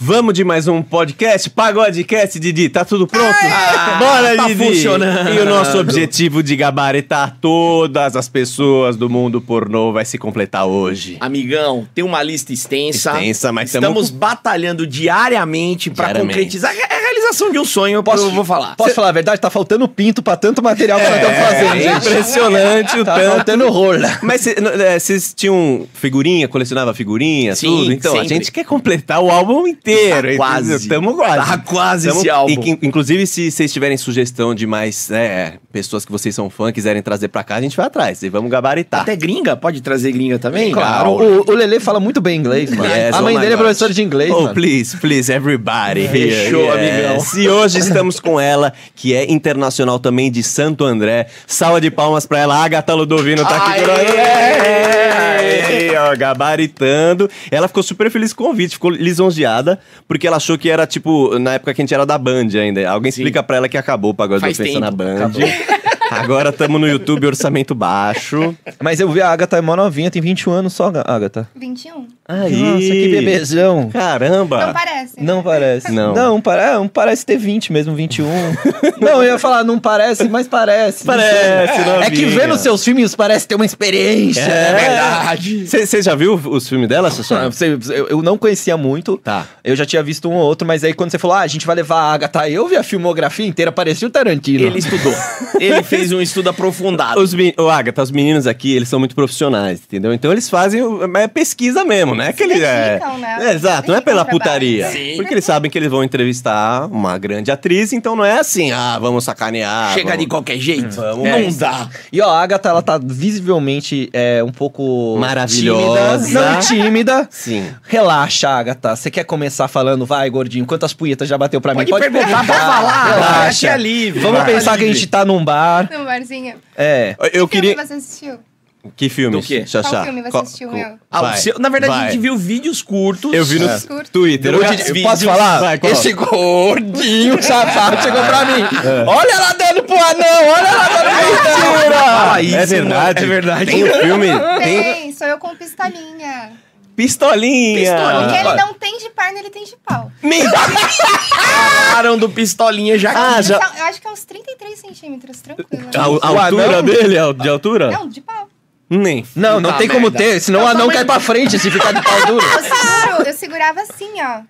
Vamos de mais um podcast, Pagodecast, Didi, tá tudo pronto? Bora, tá Didi! funcionando. E o nosso objetivo de gabaritar todas as pessoas do mundo pornô vai se completar hoje. Amigão, tem uma lista extensa. Extensa, mas tamo estamos batalhando diariamente pra Diariamente. concretizar. É a realização de um sonho, eu posso, eu vou falar. Posso falar a verdade? Tá faltando pinto pra tanto material que nós estamos fazendo, É gente. impressionante o Tá tanto. faltando rola. Mas vocês tinham figurinha, colecionava figurinha, Sim, tudo? Então, a sempre. gente quer completar o álbum inteiro. Tá quase. Estamos quase. Tá quase Tamo- esse álbum. e que, inclusive, se vocês tiverem sugestão de mais né, pessoas que vocês são fã, quiserem trazer pra cá, a gente vai atrás. E vamos gabaritar. Até gringa, pode trazer gringa também? Claro, o, o Lele fala muito bem inglês, mano. Yes, a oh mãe my dele é God. professora de inglês, Oh, mano. please, please, everybody. here, Fechou, yes. E hoje estamos com ela, que é internacional também de Santo André. Salva de palmas pra ela. A Agatha Ludovino tá aqui Aê! com nós. Aê! Ó, gabaritando. Ela ficou super feliz com o convite, ficou lisonjeada, porque ela achou que era, tipo, na época que a gente era da Band ainda. Alguém explica pra ela que acabou o Pagode da Faz Ofensa tempo. na Band. Agora estamos no YouTube, orçamento baixo. Mas eu vi a Agatha é mó novinha, tem 21 anos só, Aga- Agatha. 21? Aí. Nossa, que bebezão. Caramba. Não parece. Não parece. Ah. Não. Não, para- é, um parece ter 20 mesmo, 21. não, eu ia falar, não parece, mas parece. Parece, É, que novinha. vendo seus filmes parece ter uma experiência. É. verdade. Você já viu os filmes dela, Ah, Sussana? você- Eu eu não conhecia muito. Tá. Eu já tinha visto um ou outro, mas aí quando você falou, ah, a gente vai levar a Agatha, eu vi a filmografia inteira, parecia o Tarantino. Ele estudou. Ele fez um estudo aprofundado. Os men- Ô, Agatha, os meninos aqui, eles são muito profissionais, entendeu? Então eles fazem o- é pesquisa mesmo, né? Que eles, é... dedicam, né? é, exato, não é Dedicam pela ao trabalho. putaria. Sim. Porque eles sabem que eles vão entrevistar uma grande atriz, então não é assim, ah, vamos sacanear. Chega vamos... de qualquer jeito. Vamos. Não É. dá. E ó, a Agatha, ela tá visivelmente é, um pouco. Maravilhosa. Tímida. Não tímida. Sim. Relaxa, Agatha. Você quer começar falando, vai, gordinho, quantas punhetas já bateu pra mim? Pode perguntar, pode falar, relaxa, é livre, Vamos vai. pensar que a gente tá num bar. Não, Marzinha. É. Eu, eu Que filme queria. Tá, você assistiu? Que filme? Do quê? Xaxá? Qual filme você Co- assistiu, co- meu? Ah, o Vai, seu- na verdade, vai. a gente viu vídeos curtos. Eu vi no É. Curto. Twitter. Eu Eu te- vi- eu posso falar? Vai, qual? Esse gordinho safado chegou pra mim. É. Olha ela dando pro anão, olha ela dando pro anão. Ah, isso, É verdade. mano, É verdade. Tem o filme. Tem Tem, sou eu com pistolinha. Pistolinha. Porque Pistolinha. ele não tem de perna, ele tem de pau. Falaram do pistolinha já. Ah, já. Então, Eu acho que é uns 33 centímetros, tranquilo. né? A, a O altura anão? dele? A- De altura? Não, de pau. Nem. Não, não Puta tem como Tá merda. ter, senão o Não, anão mas- cai pra frente se ficar de pau duro. Eu seguro, eu segurava assim, ó.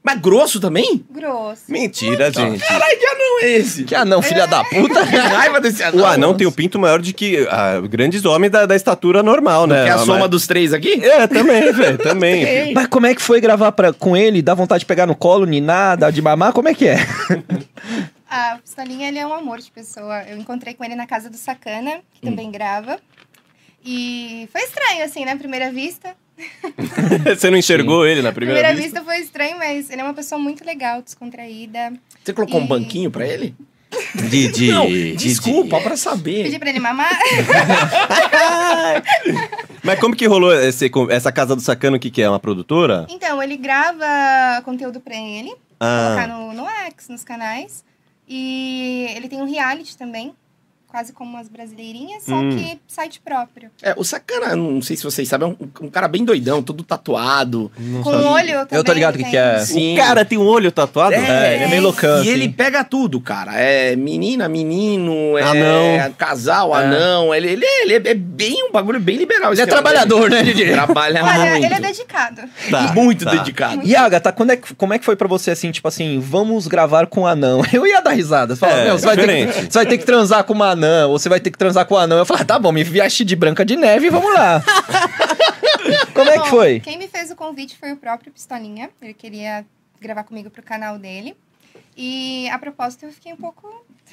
Mas grosso também? Grosso. Mentira, gente. Caralho, que anão é esse? Que anão, filha da puta. Que raiva desse anão. O anão tem o pinto maior de que ah, grandes homens da, da estatura normal, né? Que é a soma Mas- dos três aqui? É, também, velho, também. Mas como é que foi gravar pra, com ele? Dá vontade de pegar no colo, ninar, dar de mamar? Como é que é? A Pistolinha, ele é um amor de pessoa. Eu encontrei com ele na casa do Sacana, Hum. que também grava. E foi estranho, assim, na primeira vista. Você não enxergou ele na primeira, Primeira vez? vista foi estranho, mas ele é uma pessoa muito legal, descontraída. Você colocou um E- banquinho pra ele? Didi, Não, Didi. desculpa, pra Pedi saber. pra ele mamar. Mas como que rolou esse con- essa Casa do Sacano, o que que é? Uma produtora? Então, ele grava conteúdo pra ele, colocar Ah, no, no X, nos canais. E ele tem um reality também, quase como as brasileirinhas, só Hum. que site próprio. É, o Sacana, não sei se vocês sabem, é um, um cara bem doidão, todo tatuado. Com o olho também. Eu tô ligado o ele que, tem. que é. Sim. o cara tem um olho tatuado? É, ele é meio loucão, E assim. ele pega tudo, cara. É menina, menino, é Anão. casal, anão. Ele, ele, é- ele é bem um bagulho bem liberal. Ele esse é cara trabalhador, né, Didi? dele. Trabalha Olha, muito. ele é dedicado. Tá, muito tá. dedicado. E Agatha, quando é que- como é que foi pra você assim, tipo assim, vamos gravar com o anão? Eu ia dar risada. Você fala, É, meu, você vai, ter que, diferente. você vai ter que transar com uma anã, ou você vai ter que transar com o anão. Eu falava, tá bom, me viaste de branca de neve e vamos lá. como é Bom, que foi? Quem me fez o convite foi o próprio Pistolinha. Ele queria gravar comigo pro canal dele. E a propósito, eu fiquei um pouco.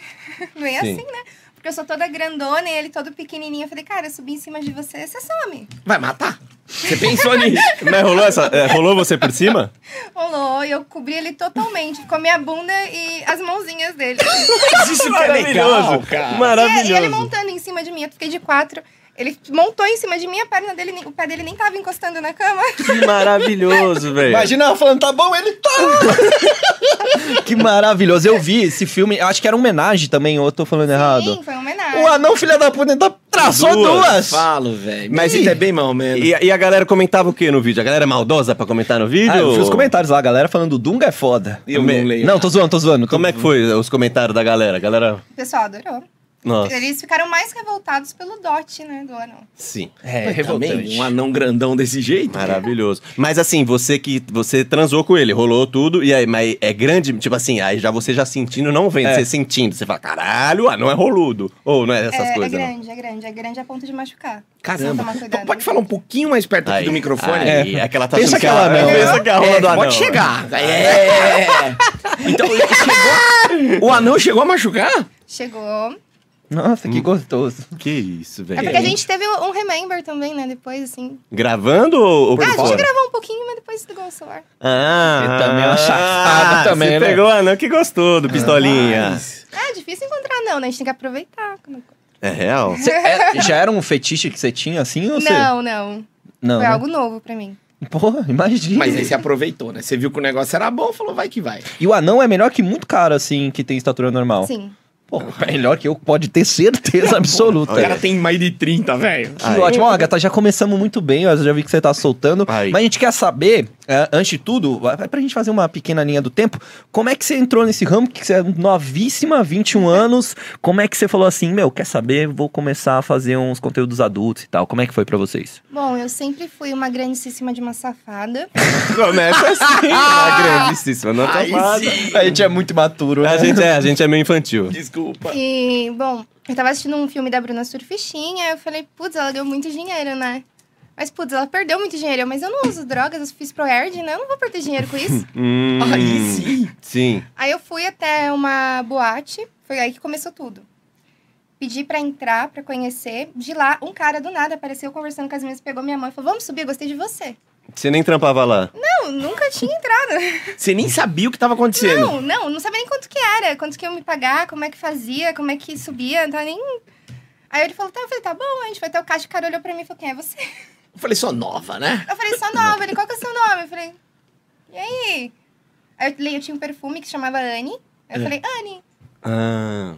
Bem Sim. assim, né? Porque eu sou toda grandona e ele todo pequenininho. Eu falei, cara, eu subi em cima de você, você some. Vai matar? Você pensou nisso? Mas rolou, essa, é, rolou você por cima? Rolou, e eu cobri ele totalmente. Ficou minha bunda e as mãozinhas dele. Mas isso que é legal, cara. E ele Maravilhoso. montando em cima de mim, eu fiquei de quatro. Ele montou em cima de mim, a perna dele, nem- o pé dele nem tava encostando na cama. Maravilhoso, velho. Imagina ela falando, tá bom, ele tá. que maravilhoso. Eu vi esse filme, eu acho que era um homenagem também, ou eu tô falando errado. Sim, foi uma homenagem. o anão, filha da puta, ainda traçou Duas. duas. Falo, velho. Mas Mas e- é bem mal mesmo. E, e a galera comentava o que no vídeo? A galera é maldosa pra comentar no vídeo? Ah, eu vi os comentários lá, a galera falando Dunga é foda. Eu me- não leio. Não, tô zoando, tô zoando. Como é que foi os comentários da galera? A galera. O pessoal adorou. Nossa. Eles ficaram mais revoltados pelo dote, né, do anão. Sim. É, Mas também, revoltante. um anão grandão desse jeito. Maravilhoso. Mas assim, você que você transou com ele, rolou tudo, e aí, mas é grande, tipo assim, aí já você já sentindo, não vendo, É. você sentindo, você fala, caralho, ah, não é roludo. Ou não é essas é, coisas, é não. grande, é grande, é grande a ponto de machucar. Caramba. Só tomar cuidado. Pode falar um pouquinho mais perto aqui do microfone? Aí, é. aquela tá Pensa achando que que ela é a- não. Pensa que é a rola É, do anão. Pode chegar. É. então, ele chegou- o anão chegou a machucar? Chegou. Nossa, que gostoso. Que isso, É velho. porque a gente teve um remember também, né, depois, assim. Gravando ou, ou Ah, a por gente fora? gravou um pouquinho, mas depois desligou o celular. Ah, Você também é uma ah, safada também, você né? pegou o anão que gostou do pistolinha. Mas- Ah, difícil encontrar não, né? A gente tem que aproveitar. quando- É real? Cê- é, já era um fetiche que você tinha assim ou você. Não, não. não Foi né? algo novo pra mim. Porra, imagina. Mas aí você aproveitou, né? Você viu que o negócio era bom, falou, vai que vai. E o anão é melhor que muito cara, assim, que tem estatura normal. Sim. Pô, melhor que eu, pode ter certeza absoluta. O cara tem mais de 30, velho. Que ótimo, ó, Agatha, já começamos muito bem, eu já vi que você tá soltando. Aí. Mas a gente quer saber, é, antes de tudo, é pra gente fazer uma pequena linha do tempo, como é que você entrou nesse ramo, que você é novíssima, 21 anos, como é que você falou assim, meu, quer saber, vou começar a fazer uns conteúdos adultos e tal, como é que foi pra vocês? Bom, eu sempre fui uma grandíssima de uma safada. Começa assim, uma grandíssima, não Aí safada. sim. A gente é muito maturo, A gente é, a gente é meio infantil. Desculpa. E, bom, eu tava assistindo um filme da Bruna Surfichinha, eu falei, putz, ela deu muito dinheiro, né? Mas, putz, ela perdeu muito dinheiro. Mas eu não uso drogas, eu fiz pro Erd, né? Eu não vou perder dinheiro com isso. Hum, Aí sim. Sim. aí eu fui até uma boate, foi aí que começou tudo. Pedi pra entrar, pra conhecer. De lá, um cara do nada apareceu conversando com as minhas, pegou minha mão e falou, vamos subir, eu gostei de você. Você nem trampava lá. Não, nunca tinha entrado. Você nem sabia o que tava acontecendo. Não, não, não sabia nem quanto que era, quanto que eu me pagar, como é que fazia, como é que subia, não tava nem... Aí ele falou, tá, eu falei, tá bom, a gente foi até o caixa, o cara olhou pra mim e falou, quem é você? Eu falei, só nova, né? Eu falei, sou nova. Ele, qual que é o seu nome? Eu falei, e aí? Aí eu, li- eu tinha um perfume que se chamava Anne. Aí É. eu falei, Anne. Ah,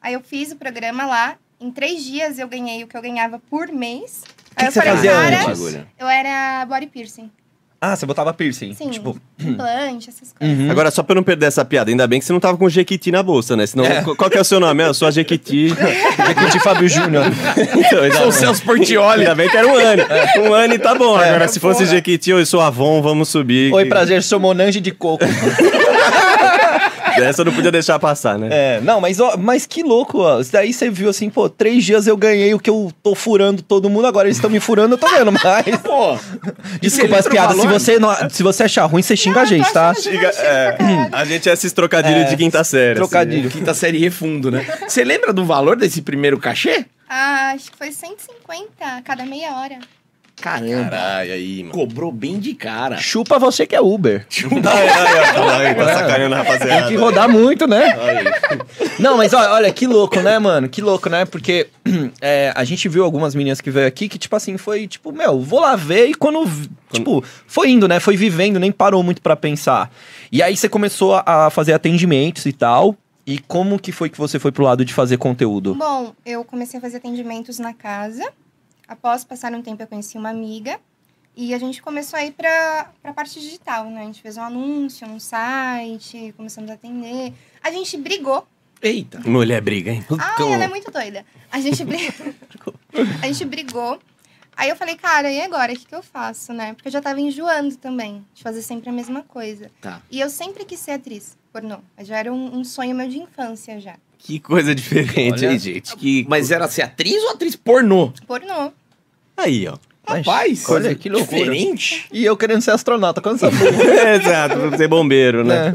Aí eu fiz o programa lá. Em três dias eu ganhei o que eu ganhava por mês. que Aí É, eu você falei, fazia cara, antes? eu era body piercing. Ah, você botava piercing, Sim, tipo... implante, essas coisas. Uhum. Agora, só pra eu não perder essa piada, ainda bem que você não tava com Jequiti na bolsa, né? Senão, qu- qual que é o seu nome? Eu sou a Jequiti. de Fábio Júnior. então, ainda, Sou o bem, Celso Portioli. ainda bem que era um Anne. Um Anne tá bom. Agora, se fosse porra. Jequiti, eu sou Avon, vamos subir. Oi, que- prazer, sou Monange de Coco. Essa eu não podia deixar passar, né? É, não, mas, ó, mas que louco, ó. Isso daí você viu assim, pô, três dias eu ganhei o que eu tô furando todo mundo, agora eles estão me furando, eu tô ganhando mais. Pô, Desculpa as Você lembra o piadas, se valor? você, não- se você achar ruim, você xinga a gente, tá? Diga- é, a gente é esses trocadilhos É, de quinta série. assim, trocadilho. quinta série refundo, né? Você lembra do valor desse primeiro cachê? Ah, acho que foi 150 a cada meia hora. né? Caramba. Caralho, aí, mano. Cobrou bem de cara. Chupa você que é Uber. Ai, ai, ai, tá lá, aí, tá sacaneando a Tem que rapaziada. rodar muito, né? Olha aí. Não, mas ó, olha, que louco, né, mano? Que louco, né? Porque é, a gente viu algumas meninas que veio aqui que, tipo assim, foi tipo, meu, vou lá ver e quando. vi- Tipo, foi indo, né? Foi vivendo, nem parou muito pra pensar. E aí você começou a, a fazer atendimentos e tal. E como que foi que você foi pro lado de fazer conteúdo? Bom, eu comecei a fazer atendimentos na casa. Após passar um tempo, eu conheci uma amiga. E a gente começou a ir pra, pra parte digital, né? A gente fez um anúncio, um site, começamos a atender. A gente brigou. Eita. Mulher briga, hein? Ai, ela é muito doida. A gente, bri- a gente brigou. Aí eu falei, cara, e agora? O que, que eu faço, né? Porque eu já tava enjoando também de fazer sempre a mesma coisa. Tá. E eu sempre quis ser atriz, pornô. Já era um, um sonho meu de infância, já. Que coisa diferente, Olha. hein, gente? Que... Mas era ser atriz ou atriz pornô? Pornô. Aí, ó. Mas, Rapaz, olha que loucura. Diferente. E eu querendo ser astronauta, quando você Exato, pra ser bombeiro, né?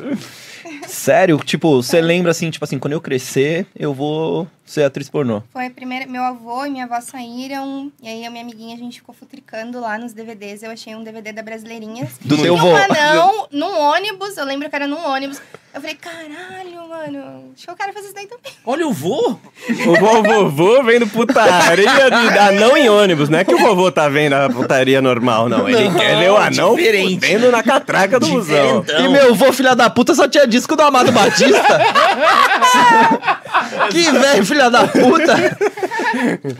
Sério, tipo, você lembra assim, tipo assim, quando eu crescer, eu vou ser atriz pornô. Foi a primeira. Meu avô e minha avó saíram. E aí, a minha amiguinha, a gente ficou futricando lá nos DVDs. Eu achei um DVD da Brasileirinhas. Do Tinha teu vô. um anão num ônibus. Eu lembro que era num ônibus. Eu falei, caralho, mano. Acho que eu quero fazer isso daí também. Olha, eu vou. O vo- vovô vendo putaria de anão em ônibus. Não é que o vovô tá vendo a putaria normal, não. Ele quer ver o anão diferente. fudendo na catraca do busão. Diferentão. E meu vô, filha da puta, só tinha disco do Amado Batista. Que velho, filha da puta!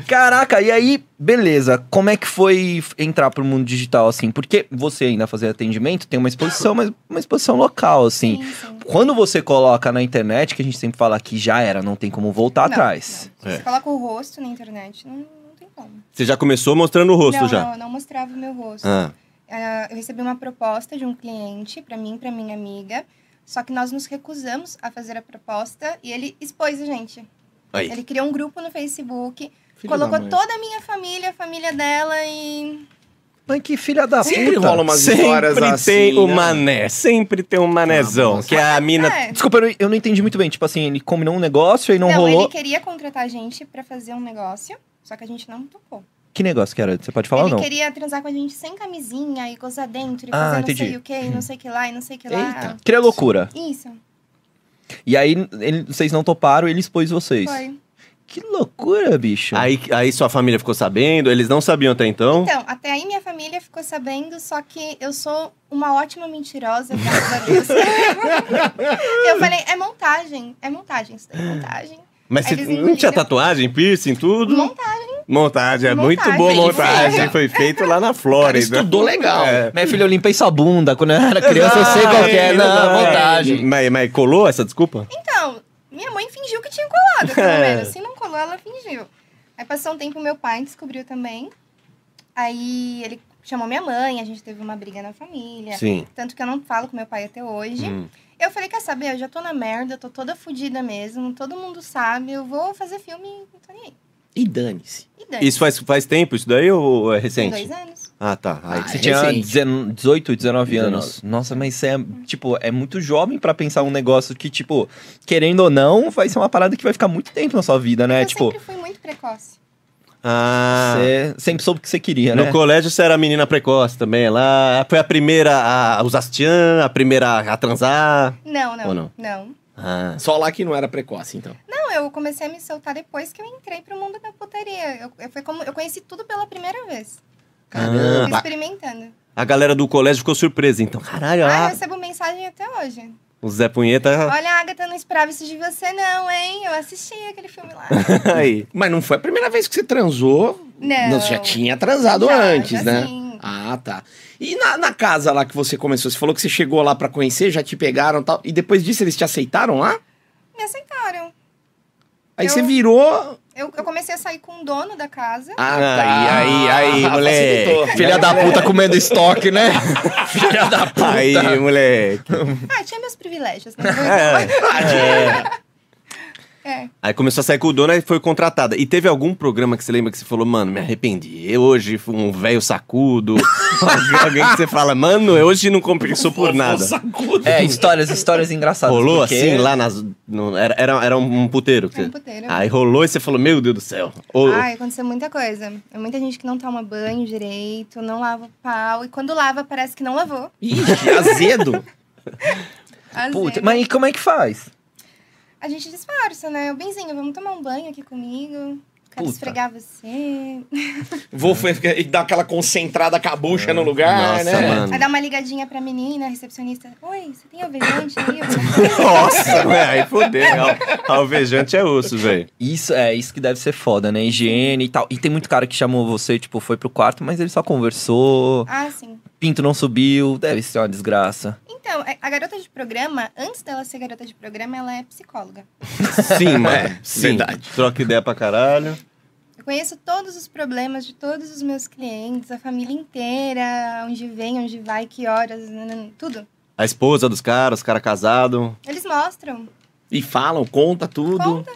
Caraca, e aí, beleza. Como é que foi entrar pro mundo digital, assim? Porque você ainda fazer atendimento, tem uma exposição, mas uma exposição local, assim. Sim, sim. Quando você coloca na internet, que a gente sempre fala que já era, não tem como voltar Não, atrás. não. Se É. Você coloca o rosto na internet, não, não tem como. Você já começou mostrando o rosto não, já? não, eu não mostrava o meu rosto. Ah, Ah, eu recebi uma proposta de um cliente pra mim, e pra minha amiga, só que nós nos recusamos a fazer a proposta e ele expôs a gente. aí. Ele criou um grupo no Facebook, Filho da colocou mãe. toda a minha família, a família dela e Mas que filha da Sempre puta. rola umas histórias Sempre assim. tem o né? mané, sempre tem um manézão. mas- que a mina. um- É. Desculpa, eu não, eu não entendi muito bem. Tipo assim, ele combinou um negócio e não, não, rolou. ele queria contratar a gente pra fazer um negócio, só que a gente não tocou. Que negócio que era? Você pode falar ele ou não? queria transar com a gente sem camisinha e gozar dentro e Ah, fazer entendi. não sei o que, e não sei o que lá, e não sei o que Eita, lá. cria loucura. Isso, E aí, ele- vocês não toparam, ele expôs vocês. foi. Que loucura, bicho. É. Aí, aí sua família ficou sabendo, eles não sabiam até então. Então, até aí minha família ficou sabendo, só que eu sou uma ótima mentirosa, graças a Deus. eu falei, é montagem, é montagem, isso daí é montagem. Mas você Aí eles não tinha engoliram. tatuagem, piercing, tudo? Montagem. Montagem, é Montagem. muito boa Bem montagem. feita. Foi feito lá na Cara, Flórida. estudou legal. É. Minha filha, eu limpei sua bunda quando eu era criança, eu sei Ah, qual que é, é, na é. montagem. Mas, mas colou essa desculpa? Então, minha mãe fingiu que tinha colado, pelo É. menos. Se não colou, ela fingiu. Aí passou um tempo, meu pai descobriu também. Aí ele chamou minha mãe, a gente teve uma briga na família. Sim. Tanto que eu não falo com meu pai até hoje. Hum. Eu falei, quer saber, eu já tô na merda, eu tô toda fodida mesmo, todo mundo sabe, eu vou fazer filme e não tô nem aí. E dane-se. E dane Isso faz, faz tempo, isso daí, ou é Tem recente? dois anos. Ah, tá. Aí Ah, Você é tinha recente. 19, 18, 19 anos. 19. Nossa, mas você é, tipo, é muito jovem pra pensar um negócio que, tipo, querendo ou não, vai ser uma parada que vai ficar muito tempo na sua vida, É, né? eu tipo, sempre fui muito precoce. Ah. você sempre soube o que você queria, No né? colégio você era menina precoce também, lá foi a primeira a usar sutiã, a primeira a transar. Não, não, Ou não? não. Ah. Só lá que não era precoce, então. Não, eu comecei a me soltar depois que eu entrei pro mundo da putaria. Eu, eu, foi como, eu conheci tudo pela primeira vez. Ah, Fui ba- experimentando. A galera do colégio ficou surpresa, então, caralho, Ah, eu ah, recebo mensagem até hoje. o Zé Punheta. Olha, Agatha, eu não esperava isso de você, não, hein? Eu assisti aquele filme lá. Aí. Mas não foi a primeira vez que você transou. Não. Você já tinha transado É. Já, antes, já né? sim. Ah, tá. E na, na casa lá que você começou, você falou que você chegou lá pra conhecer, já te pegaram e tal. E depois disso eles te aceitaram lá? Me aceitaram. Aí Eu- você virou. Eu, eu comecei a sair com o dono da casa. Ah, tá. aí, aí, aí, Ah, moleque. facilitou. Filha da puta comendo estoque, né? Filha da puta. Aí, moleque. Ah, tinha meus privilégios, né? É. É. É. Aí começou a sair com o dono e foi contratada. E teve algum programa que você lembra que você falou, mano, me arrependi. Eu hoje fui um velho sacudo. Alguém- Alguém que você fala, mano, eu hoje não compensou por nada. Sacudo. É, histórias, histórias engraçadas. Rolou porque- assim lá nas. no- era, era, era um puteiro. que Era um você- puteiro. Aí rolou e você falou, meu Deus do céu. Ou- Ai, aconteceu muita coisa. É muita gente que não toma banho direito, não lava o pau. E quando lava, parece que não lavou. Ixi, azedo. Azedo. Puta, mas e como é que faz? A gente disfarça, né? O benzinho, vamos tomar um banho aqui comigo. Quero Puta. esfregar você. Vou fe- fe- dar aquela concentrada com a bucha no lugar, Nossa, né? mano. Aí dá uma ligadinha pra menina, a recepcionista. Oi, você tem alvejante aí? Nossa, velho, aí fodeu. Al- Alvejante é osso, velho. Isso é isso que deve ser foda, né? Higiene e tal. E tem muito cara que chamou você, tipo, foi pro quarto, mas ele só conversou, ah, sim. pinto não subiu, deve ser uma desgraça. Então, a- a garota de programa, antes dela ser garota de programa, ela é psicóloga. Sim, mano. Sim. É, verdade. Troca ideia pra caralho. Eu conheço todos os problemas de todos os meus clientes, a família inteira, onde vem, onde vai, que horas, nanana, tudo. A esposa dos caras, cara casado. Eles mostram. E falam, conta tudo. Conta.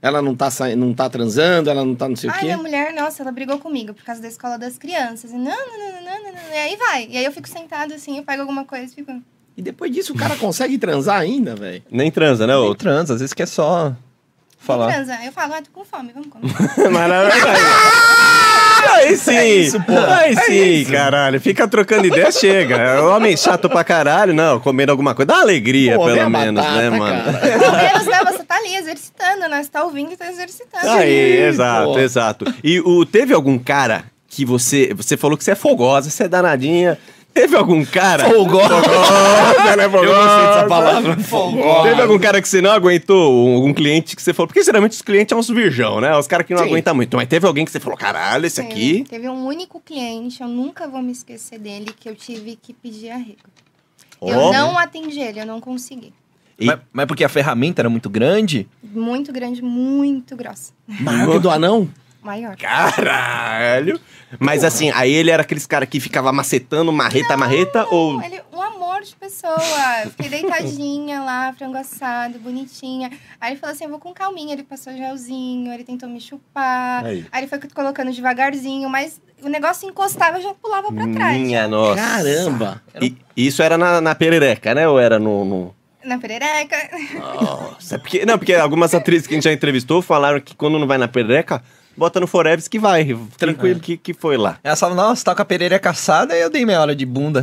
Ela não tá, sa- não tá transando, ela não tá não sei o Ai, quê. minha mulher, nossa, ela brigou comigo por causa da escola das crianças. E, não, não, não, não, não, não, não. E aí vai. E aí eu fico sentada assim, eu pego alguma coisa e fico. E depois disso o cara consegue transar ainda, velho? Nem transa, né? Ou Outro. trans, às vezes que é só "Quem falar. Transa. Eu falo, ah, tô com fome, vamos comer. Maravilha. Aí sim, É aí sim, caralho. Fica trocando ideia, chega. É um Homem chato pra caralho, não. Comendo alguma coisa. Dá alegria, Pô, vem a é pelo menos, né, batata, mano? cara. Pelo menos, né, você tá ali exercitando, né? Você tá ouvindo e tá exercitando. Aí, exato, pô. exato. E o, teve algum cara que você. Você falou que você é fogosa, você é danadinha. Teve algum cara. Ela é Eu gostei dessa palavra. Fogosa. Teve algum cara que você não aguentou, um, algum cliente que você falou. Porque geralmente os clientes são uns virgão, né? Os caras que não Sim. aguentam muito. Mas teve alguém que você falou, caralho, esse Teve- aqui. Teve um único cliente, eu nunca vou me esquecer dele, que eu tive que pedir arrego. ó, Eu não atendi ele, eu não consegui. E- Mas, mas porque a ferramenta era muito grande? Muito grande, muito grossa. Maior que o do anão? Maior. Caralho. Mas assim, aí ele era aqueles cara que ficava macetando marreta, marreta, ou. Ele, um amor de pessoa. Eu Fiquei deitadinha lá, frango assado, bonitinha. Aí ele falou assim: eu vou com calminha. Ele passou gelzinho, ele tentou me chupar. Aí, Aí. ele foi colocando devagarzinho, mas o negócio encostava eu já pulava pra trás. Minha nossa. Caramba. E, isso era na, na perereca, né? Ou era no. no- Na perereca. Nossa, é porque, não, porque algumas atrizes que a gente já entrevistou falaram que quando não vai na perereca, bota no Forever que vai. Tranquilo que, que foi lá. Ela falava, nossa, tá com a pereira caçada, aí eu dei meia hora de bunda.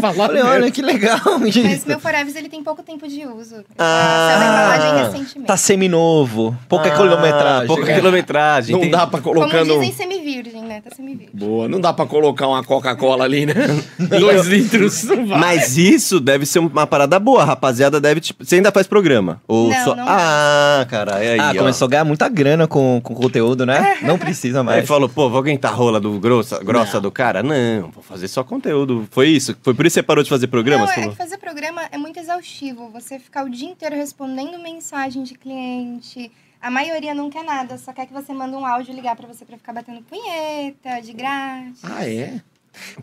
Falei, olha que legal, Mas gente. meu Forever ele tem pouco tempo de uso. Ah. Saiu na embalagem recentemente. Tá seminovo, pouca Ah, quilometragem. né? Pouca É. quilometragem. Não tem- dá pra Como colocando... dizem, semi-virgem, né? Tá semi-virgem. Boa, não dá pra colocar uma Coca-Cola ali, né? Dois litros. não vai. Mas isso deve ser uma parada boa, a rapaziada. Deve, tipo, você ainda faz programa? Ou Não, só. não. ah, cara, aí. Ah, ó. começou a ganhar muita grana com, com conteúdo, né? Não precisa Aí mais. falou, pô, vou aguentar a rola do grossa, grossa do cara? Não, vou fazer só conteúdo. Foi isso? Foi por isso que você parou de fazer programa? Não, Você é falou? que fazer programa é muito exaustivo. Você ficar o dia inteiro respondendo mensagem de cliente. A maioria não quer nada, só quer que você manda um áudio ligar pra você pra ficar batendo punheta, de graça. Ah, é?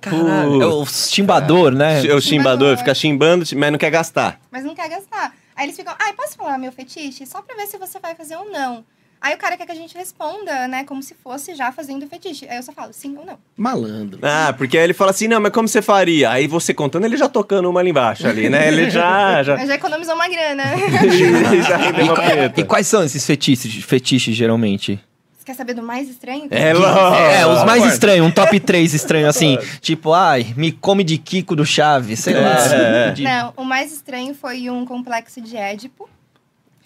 Caralho, é o chimbador, né? É o chimbador, fica chimbando, mas não quer gastar. Mas não quer gastar. Aí eles ficam, ai, posso falar meu fetiche? Só pra ver se você vai fazer ou não. Aí o cara quer que a gente responda, né? Como se fosse já fazendo fetiche. Aí eu só falo, sim ou não. Malandro. Ah, porque aí ele fala assim, não, mas como você faria? Aí você contando, ele já tocando uma ali embaixo ali, né? Ele já, já, Mas já economizou uma grana. ele já rendeu uma E preta. quais são esses fetiches, fetiches geralmente? você quer saber do mais estranho? É, lógico. É, os mais Ué. estranhos, um top 3 estranho assim. tipo, ai, me come de Kiko do Chaves, sei lá. assim, É, é. De- Não, o mais estranho foi um complexo de Édipo.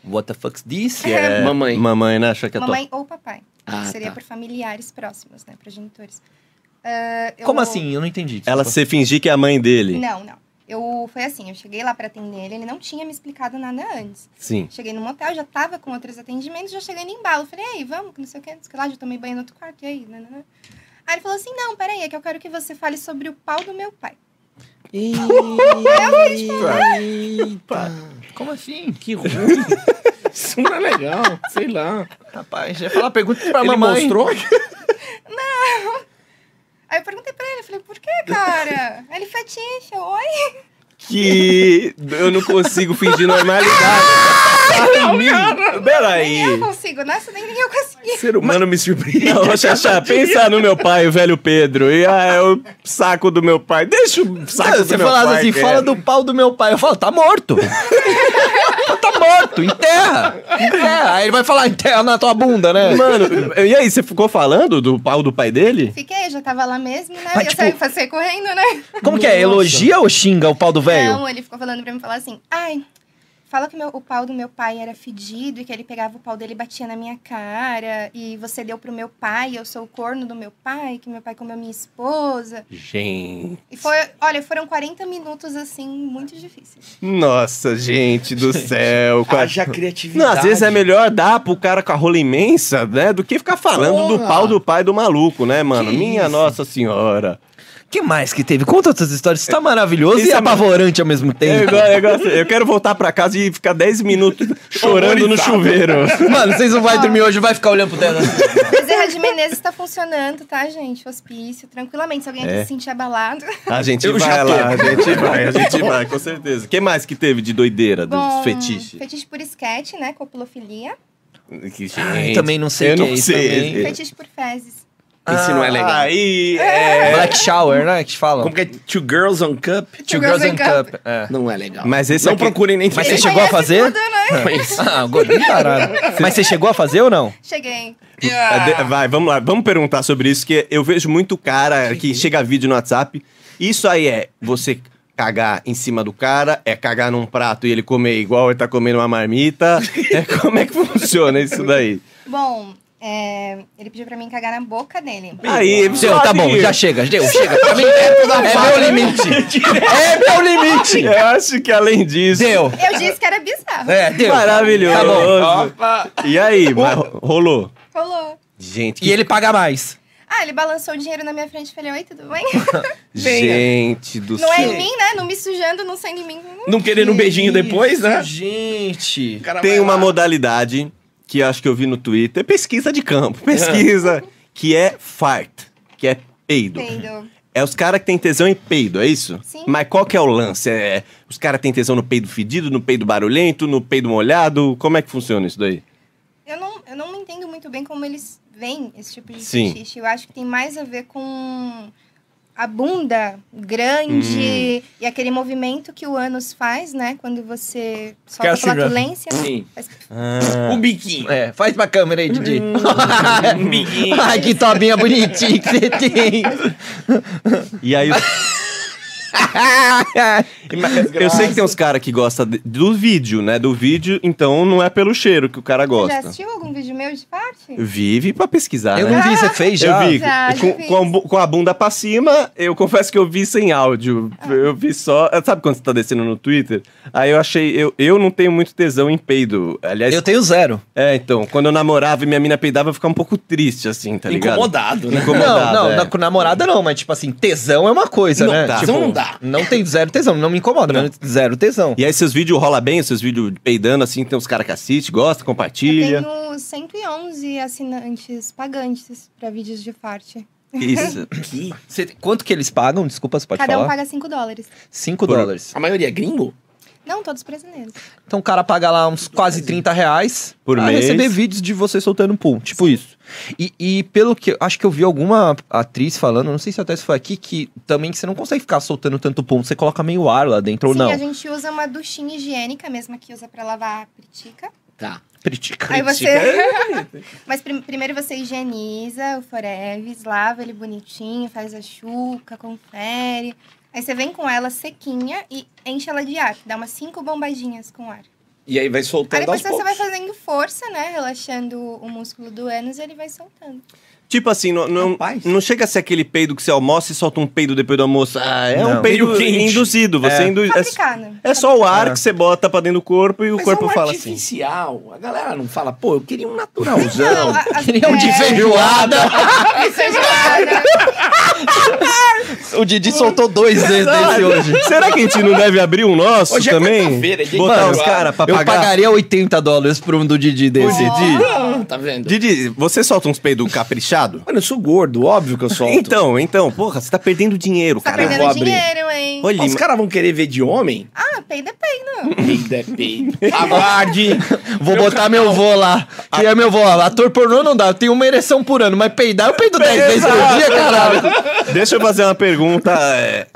What the fuck's this? Que é- Mamãe. Mamãe, né? Achou que é top. Mamãe ou papai. Ah, Seria tá. por familiares próximos, né? Progenitores. Ah, eu- Como assim? Eu não entendi. Ela desculpa. se fingir que é a mãe dele. Não, não. Eu foi assim, eu cheguei lá pra atender ele, ele não tinha me explicado nada antes. Sim. Cheguei no motel, já tava com outros atendimentos, já cheguei no embalo. Falei, ei, vamos, que não sei o que, não sei o que lá, já tomei banho no outro quarto, e aí? né, né, né. Aí ele falou assim, não, peraí, é que eu quero que você fale sobre o pau do meu pai. É, Eita. Como assim? Que ruim. Isso não é legal. Sei lá. Rapaz, já falar pergunta pra Ele mamãe. mostrou? Aí eu perguntei pra ele, eu falei, por que, cara? Aí ele, fetiche, eu, oi? que eu não consigo fingir normalidade. Ai, Peraí. Eu consigo, nossa, nem eu consegui. Ser humano me surpreende. Não, Xaxá, pensa no meu pai, o velho Pedro. E ah, é o saco do meu pai. Deixa o saco Não, do você meu é. falava pai. assim, cara. fala do pau do meu pai. Eu falo, tá morto. tá morto, enterra. Enterra. É, Aí ele vai falar, enterra na tua bunda, né? Mano, e aí, você ficou falando do pau do pai dele? Fiquei, eu já tava lá mesmo, né? Mas, eu tipo- saí, passei correndo, né? Como que é? Elogia ou xinga o pau do velho? Não, ele ficou falando pra mim falar assim: ai, fala que o meu- o pau do meu pai era fedido e que ele pegava o pau dele e batia na minha cara. E você deu pro meu pai, eu sou o corno do meu pai, que meu pai comeu minha esposa. Gente. E foi, olha, foram 40 minutos assim, muito difíceis. Nossa, gente do céu. Qua- Haja criatividade. Não, às vezes é melhor dar pro cara com a rola imensa, né? Do que ficar falando do Porra. pau do pai do maluco, né, mano? Que Minha isso? Nossa Senhora. que mais que teve? Conta outras histórias. Isso tá maravilhoso Isso e é ma- apavorante ao mesmo Eu, tempo. go- eu gosto- é assim, eu quero voltar pra casa e ficar 10 minutos chorando no chuveiro. Mano, vocês não vão dormir hoje, vai ficar olhando pro dela. Bezerra de Menezes tá funcionando, tá, gente? Hospício, tranquilamente. Se alguém aqui É. se sentir abalado. A gente Eu vai já tô. lá, a gente vai, a gente vai, com certeza. O que mais que teve de doideira, dos fetiches? Fetiche por esquete, né? Copulofilia. Que Ai, gente, também não sei eu o que é não isso também. sei. Fetiche por fezes. Esse não é legal. Aí, é... Black Shower, né? Que falam. Como que é Two Girls on Cup? Two Girls and Cup. É. Não é legal. Mas esse não aqui- procurem nem Mas ver. você chegou a fazer? né? Mas- Ah, gordinho tarado. Mas você chegou a fazer ou não? Cheguei. de- Vai, vamos lá, vamos perguntar sobre isso, que eu vejo muito cara que chega vídeo no WhatsApp. Isso aí é você cagar em cima do cara, é cagar num prato e ele comer igual ele tá comendo uma marmita. É, como é que funciona isso daí? Bom, é, ele pediu pra mim cagar na boca dele. Aí, Deu, tá bom, já chega, deu, chega. Pra mim é, é meu limite. É meu limite. Eu acho que além disso. Deu. Eu disse que era bizarro. É, deu. Maravilhoso. Tá bom. E aí, mas rolou. Rolou. Gente, E ele paga mais. Ah, ele balançou o dinheiro na minha frente e falei, oi, tudo bem? né? gente do não é céu. em mim, né? Não me sujando, não sendo em mim. Hum, Não querendo um beijinho Isso, depois, né? Gente. O cara Tem vai uma lá. modalidade que acho que eu vi no Twitter, pesquisa de campo, pesquisa, que é fart, que é peido. Peido. É os caras que tem tesão em peido, é isso? Sim. Mas qual que é o lance? É, os caras têm tesão no peido fedido, no peido barulhento, no peido molhado? Como é que funciona isso daí? Eu não, eu não entendo muito bem como eles veem esse tipo de Sim. fetiche. Eu acho que tem mais a ver com a bunda grande e aquele movimento que o ânus faz, né? Quando você solta a assim, né? flatulência. Sim. Faz- Ah. O biquinho. É, faz pra câmera aí, Didi. O biquinho. Ai, que tobinha bonitinha que você tem. E aí... os- eu sei que tem uns caras que gostam de- do vídeo, né? Do vídeo, então não é pelo cheiro que o cara Você já gosta. assistiu algum vídeo meu de parte? Vive pra pesquisar, Eu né? não vi, você fez já? Eu vi. Já, já com, fiz. com a, bu- com a bunda pra cima, eu confesso que eu vi sem áudio. Ah. Eu vi só. Sabe quando você tá descendo no Twitter? Aí eu achei. Eu, eu não tenho muito tesão em peido. Aliás, Eu tenho zero. é, então. Quando eu namorava e minha mina peidava, eu ficava um pouco triste, assim, tá ligado? Incomodado, né? Incomodado. não, não, é. na- com namorada não, mas tipo assim, tesão é uma coisa, Não né? dá. Tipo, Tesão não dá. Não tem zero tesão, não me incomoda, mas zero tesão. E aí, seus vídeos rola bem, seus vídeos peidando, assim, tem uns caras que assistem, gostam, Eu compartilha. tenho 111 assinantes pagantes pra vídeos de parte. Isso. Que? Cê- quanto que eles pagam? Desculpa, você pode Cada um falar? paga 5 dólares. 5 Por- dólares. A maioria é gringo? Não, todos brasileiros. Então o cara paga lá uns quase 30 reais Por pra mês. receber vídeos de você soltando pum. Tipo isso. E, e pelo que. Acho que eu vi alguma atriz falando, não sei se até se foi aqui, que também você não consegue ficar soltando tanto pum, você coloca meio ar lá dentro ou Sim, não. a gente usa uma duchinha higiênica, a mesma que usa pra lavar a pritica. Tá. Critica. Aí você. é Critica. Mas prim- primeiro você higieniza o Foreves, lava ele bonitinho, faz a chuca, confere. Aí você vem com ela sequinha e enche ela de ar, dá umas cinco bombadinhas com ar. E aí vai Então Aí soltando depois aos você vai poucos. fazendo força, né? Relaxando o músculo do ânus e ele vai soltando. Tipo assim, não, não, Rapaz. não chega a ser aquele peido que você almoça e solta um peido depois do almoço. Ah, é Não. um peido Meio quente. induzido. Você indu- é- Fabricado. É só o ar É. que você bota pra dentro do corpo e o Mas corpo é um fala assim. artificial. A galera não fala, pô, eu queria um naturalzão. a- a- Queria um de é, feijoada. isso é feijoada. O Didi soltou dois de- desse hoje. Será que a gente não deve abrir um nosso Hoje é também? quarta-feira, é dia de Botar trabalho. os caras pra Eu pagar. pagaria 80 dólares por um do Didi desse. Não, tá vendo? Didi, você solta uns peidos caprichado? Mano, eu sou gordo, óbvio que eu solto. Então, então, porra, você tá perdendo dinheiro, Você tá cara. Caralho, perdendo vou abrir. dinheiro, hein? Olha, Os caras vão querer ver de homem? Ah, peido é peido. Peido é peido. Aguarde. Vou botar meu vô lá. Que é meu vô. Ator pornô não dá. Eu tenho uma ereção por ano, mas peidar eu peido 10 vezes por dia, caralho. deixa eu fazer uma pergunta. é,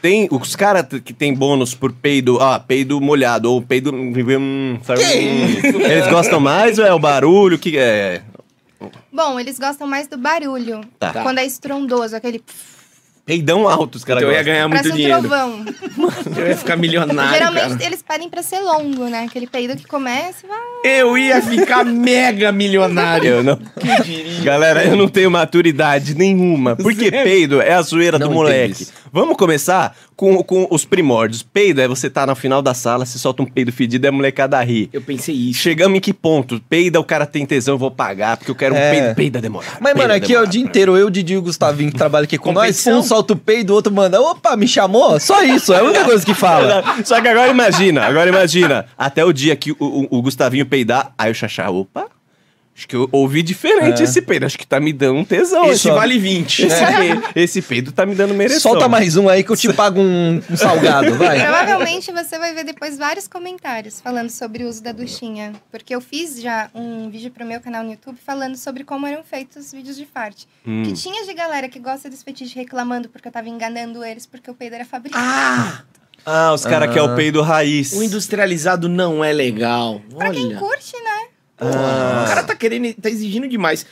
Tem os caras que tem bônus por peido, ah, peido molhado ou peido, hum, sabe? Hum. Eles gostam mais ou é o barulho que é? Bom, eles gostam mais do barulho. Tá. Quando é estrondoso, aquele... pff, Peidão alto os caras Então eu ia gostam. ganhar muito Parece um dinheiro. trovão. Eu ia ficar milionário, Geralmente cara. eles pedem pra ser longo, né? Aquele peido que começa e vai. Eu ia ficar mega milionário. Eu não. Galera, eu não tenho maturidade nenhuma. Porque peido é a zoeira Não do entendo moleque. isso. Vamos começar com, com os primórdios. Peido é você tá no final da sala, se solta um peido fedido, é a molecada ri. Eu pensei isso. Chegamos em que ponto? Peida, o cara tem tesão, eu vou pagar, porque eu quero É. um peido, peida demorado. Mas, mano, peida aqui é o demorado. dia inteiro. Eu, Didi e o Gustavinho que trabalha aqui com nós. Competição. Um solta o peido, o outro manda. Opa, me chamou? Só isso. É a única coisa que fala. Só que agora imagina, agora imagina. Até o dia que o, o- o Gustavinho peidar, aí o Xaxá, opa, acho que eu ouvi diferente É. esse peido, acho que tá me dando um tesão. Esse esse- vale né? 20. Esse, peido, esse peido tá me dando mereção. Solta mais um aí que eu te pago um, um salgado, É. vai. Provavelmente você vai ver depois vários comentários falando sobre o uso da duchinha. Porque eu fiz já um vídeo pro meu canal no YouTube falando sobre como eram feitos os vídeos de farte. Hum. Que tinha de galera que gosta dos fetiches reclamando porque eu tava enganando eles porque o peido era fabricado. Ah, Ah, os caras Ah. que é o peido raiz. o Um industrializado não é legal. Pra quem Olha. curte, né? O cara tá querendo, tá exigindo demais.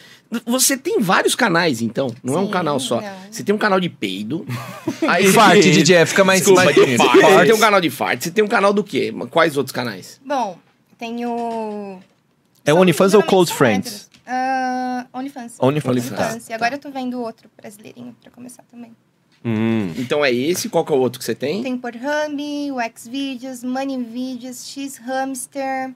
Você tem vários canais, então. Não é um Sim, canal só. não. Você tem um canal de peido. aí você- Farte, Didi, é, fica mais... Desculpa, mais- de fart. Você tem um Fart. canal de fart. Você tem um canal do quê? Quais outros canais? Bom, tenho. É são OnlyFans ou geralmente Close são Friends? héteros. Ah, Fan- OnlyFans. OnlyFans, tá, E agora eu tô vendo outro brasileirinho pra começar também. Hum. Então é esse, qual que é o outro que você tem? Tem Pornhub, o Xvideos, MoneyVideos, X-Hamster.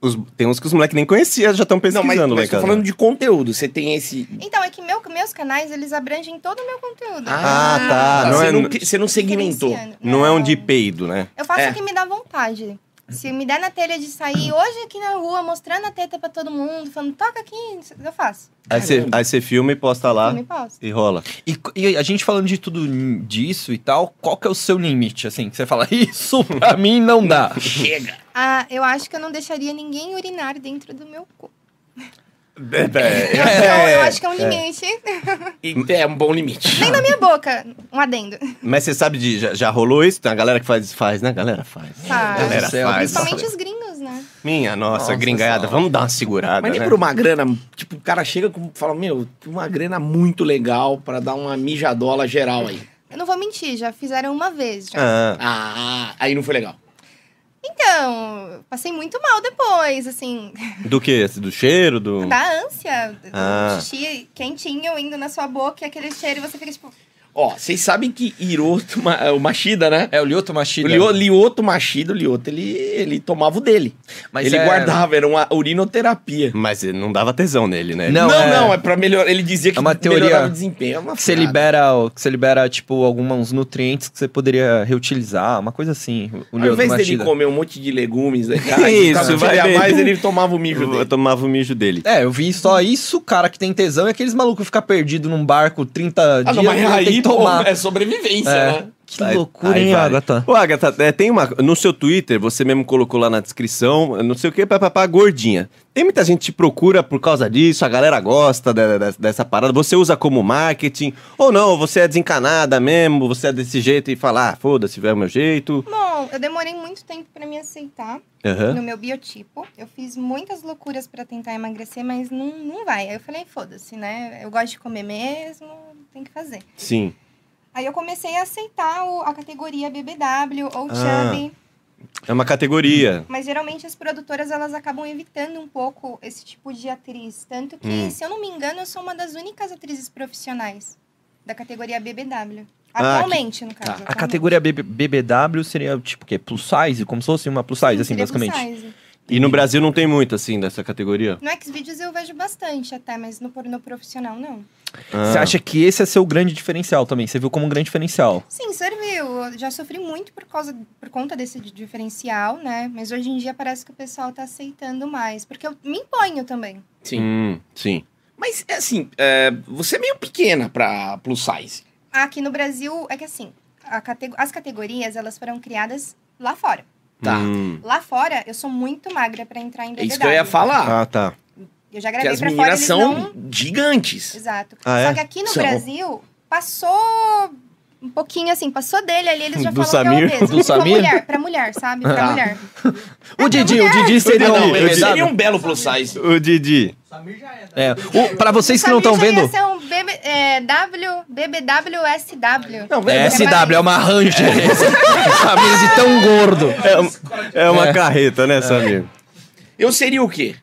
Os- tem uns que os moleques nem conheciam, já estão Não, pesquisando né, mas, lá né, mas em tô casa. falando de conteúdo. Você tem esse. Então, é que meu- meus canais, eles abrangem todo o meu conteúdo. Então, Ah, tá. Ah, não você, é- não, que- você não segmentou. Diferenciando. Não é um de peido, né? Eu faço É. o que me dá vontade. Se me der na telha de sair hoje aqui na rua, mostrando a teta pra todo mundo, falando, toca aqui, eu faço. Aí você, aí você filma e posta lá Eu me pauso. e rola. E, e a gente falando de tudo n- disso e tal, qual que é o seu limite, assim? Que você fala, isso pra mim não dá. Chega. Ah, eu acho que eu não deixaria ninguém urinar dentro do meu cu. É, Então, eu acho que é um limite. E é um bom limite. Nem na minha boca, um adendo. Mas você sabe de. Já, já rolou isso? Tem a galera que faz, faz, né? Galera faz. Faz. Galera Meu céu, faz. Tá. Principalmente os gringos, né? Minha nossa, Nossa gringaiada. senhora. Vamos dar uma segurada. Mas nem É. né? por uma grana, tipo, o cara chega com fala, meu, uma grana muito legal pra dar uma mijadola geral aí. Eu não vou mentir, já fizeram uma vez. já. Ah, Ah, aí não foi legal. Então, passei muito mal depois, assim, do que? Do cheiro? Do. da ânsia, do Hum. Ah. xixi quentinho indo na sua boca e aquele cheiro e você fica tipo, Ó, vocês sabem que Hiroto, Ma- é, o Machida, né? É o Lioto O Machida. Lio- Lioto Machida, o Lioto, ele, ele tomava o dele. Mas ele é- guardava, era uma urinoterapia. Mas ele não dava tesão nele, né? Não, Não, não, é- é, pra melhorar. Ele dizia que É uma teoria melhorava o desempenho. É uma Que você furada. libera, o- que você libera, tipo, alguns nutrientes que você poderia reutilizar, uma coisa assim. O Ao Lioto invés dele Machida. comer um monte de legumes, né, cara? Isso, Isso, vai vai bem. mais, ele tomava o mijo Eu dele. tomava o mijo dele. É, eu vi só isso, cara, que tem tesão, e aqueles malucos ficar perdido num barco 30 Ah, dias não, mas e tem aí, que pô, tomar. é sobrevivência, É. né? Que Aí- loucura, aí hein, vai. Agatha? Ô, Agatha, é, tem uma. No seu Twitter, você mesmo colocou lá na descrição, não sei o que, papapá, gordinha. Tem muita gente que te procura por causa disso, a galera gosta de- de- dessa parada. Você usa como marketing? Ou não, você é desencanada mesmo, você é desse jeito e fala, ah, foda-se, é o meu jeito. bom, eu demorei muito tempo pra me aceitar Aham. no meu biotipo. Eu fiz muitas loucuras pra tentar emagrecer, mas não, não vai. Aí eu falei, foda-se, né? Eu gosto de comer mesmo, tem que fazer. Sim. Aí eu comecei a aceitar o- a categoria BBW ou Ah. chubby. É uma categoria. Mas geralmente as produtoras elas acabam evitando um pouco esse tipo de atriz. Tanto que, Hum. se eu não me engano, eu sou uma das únicas atrizes profissionais da categoria BBW. Ah, Atualmente, no caso. tá. A tá atualmente. categoria BB- BBW seria, tipo, o quê? Plus size? Como se fosse uma plus size, assim, Seria plus basicamente. size. E no Brasil não tem muito, assim, dessa categoria. No Xvideos eu vejo bastante até, mas no pornô profissional não. Ah. Você acha que esse é seu grande diferencial também? Você viu como um grande diferencial. Sim, serviu. Eu já sofri muito por, causa, por conta desse di- diferencial, né? Mas hoje em dia parece que o pessoal tá aceitando mais. Porque eu me imponho também. Sim. Hum, sim. Mas, é assim, é, você é meio pequena pra plus size. Aqui no Brasil, é que assim, a catego- as categorias elas foram criadas lá fora. Tá. Hum. Lá fora, eu sou muito magra pra entrar em É BBW. isso que eu ia falar. Ah, tá. Eu já que gravei as pra fora, meninas eles são não... gigantes. Exato. Ah, é? Só que aqui no São. Brasil, passou um pouquinho assim, passou dele ali, eles já Do falam Samir? que é obeso. Do Pra Samir? mulher, pra mulher, sabe? Pra Tá. mulher. O Didi, o Didi seria Não, um eu ele te- seria BBW? um belo plus size. O Didi. É. O, pra vocês que não Samir estão já ia vendo... ser um BB, é, w, BBWSW. Não, É, SW é uma Ranger. Samir de tão gordo. É, um- é uma É. carreta, né, Samir? Eu seria um o quê?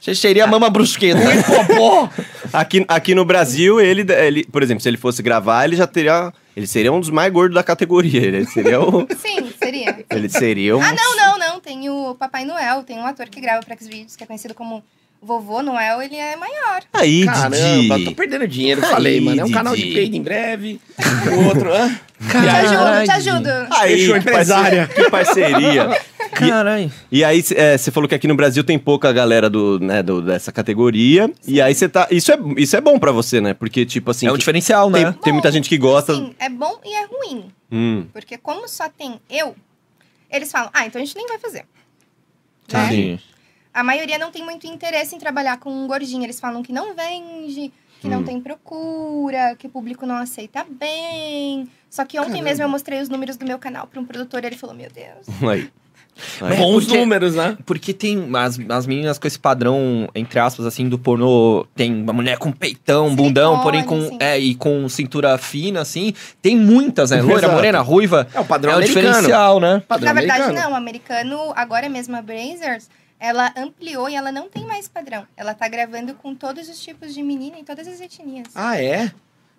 Você seria a mama brusqueta. Popó? Aqui, aqui no Brasil, ele, ele, por exemplo, se ele fosse gravar, ele já teria. Ele seria um dos mais gordos da categoria. Ele seria o. Sim, seria. ele seria um. Ah, não, não, não. Tem o Papai Noel, tem um ator que grava pra Xvideos, que é conhecido como Vovô Noel, ele é maior. Aí, Caramba, tô perdendo dinheiro, falei, Aí, mano. É um canal de Didi. peido em breve. O outro, hã? Te ajudo, Caralho. te ajudo. Aí, Fechou, que parceria. empresária. Que parceria. Caralho. E aí, você falou que aqui no Brasil tem pouca galera do, né, do- dessa categoria. E aí você tá. Isso é, isso é bom pra você, né? Porque, tipo assim. É um que- diferencial, tem, né? tem muita gente que gosta. Sim, é bom e é ruim. Hum, Porque como só tem eu, eles falam, ah, então a gente nem vai fazer. Tá. Né? Sim. A maioria não tem muito interesse em trabalhar com um gordinho. Eles falam que não vende, que Hum. não tem procura, que o público não aceita bem. Só que ontem mesmo eu mostrei os números do meu canal pra um produtor e ele falou, meu Deus. aí. Aí. Bons porque- números, né? Porque tem as, as meninas com esse padrão, entre aspas, assim, do pornô. Tem uma mulher com peitão, Silicone, bundão, porém com. assim. É, e com cintura fina, assim. Tem muitas, né? Loira, Exato. morena, ruiva. É o padrão é o americano. diferencial, né? Padrão Na verdade, é americano. não. O americano, agora mesmo é a Brazers, ela ampliou e ela não tem mais padrão. Ela tá gravando com todos os tipos de menina e todas as etnias. Ah, é?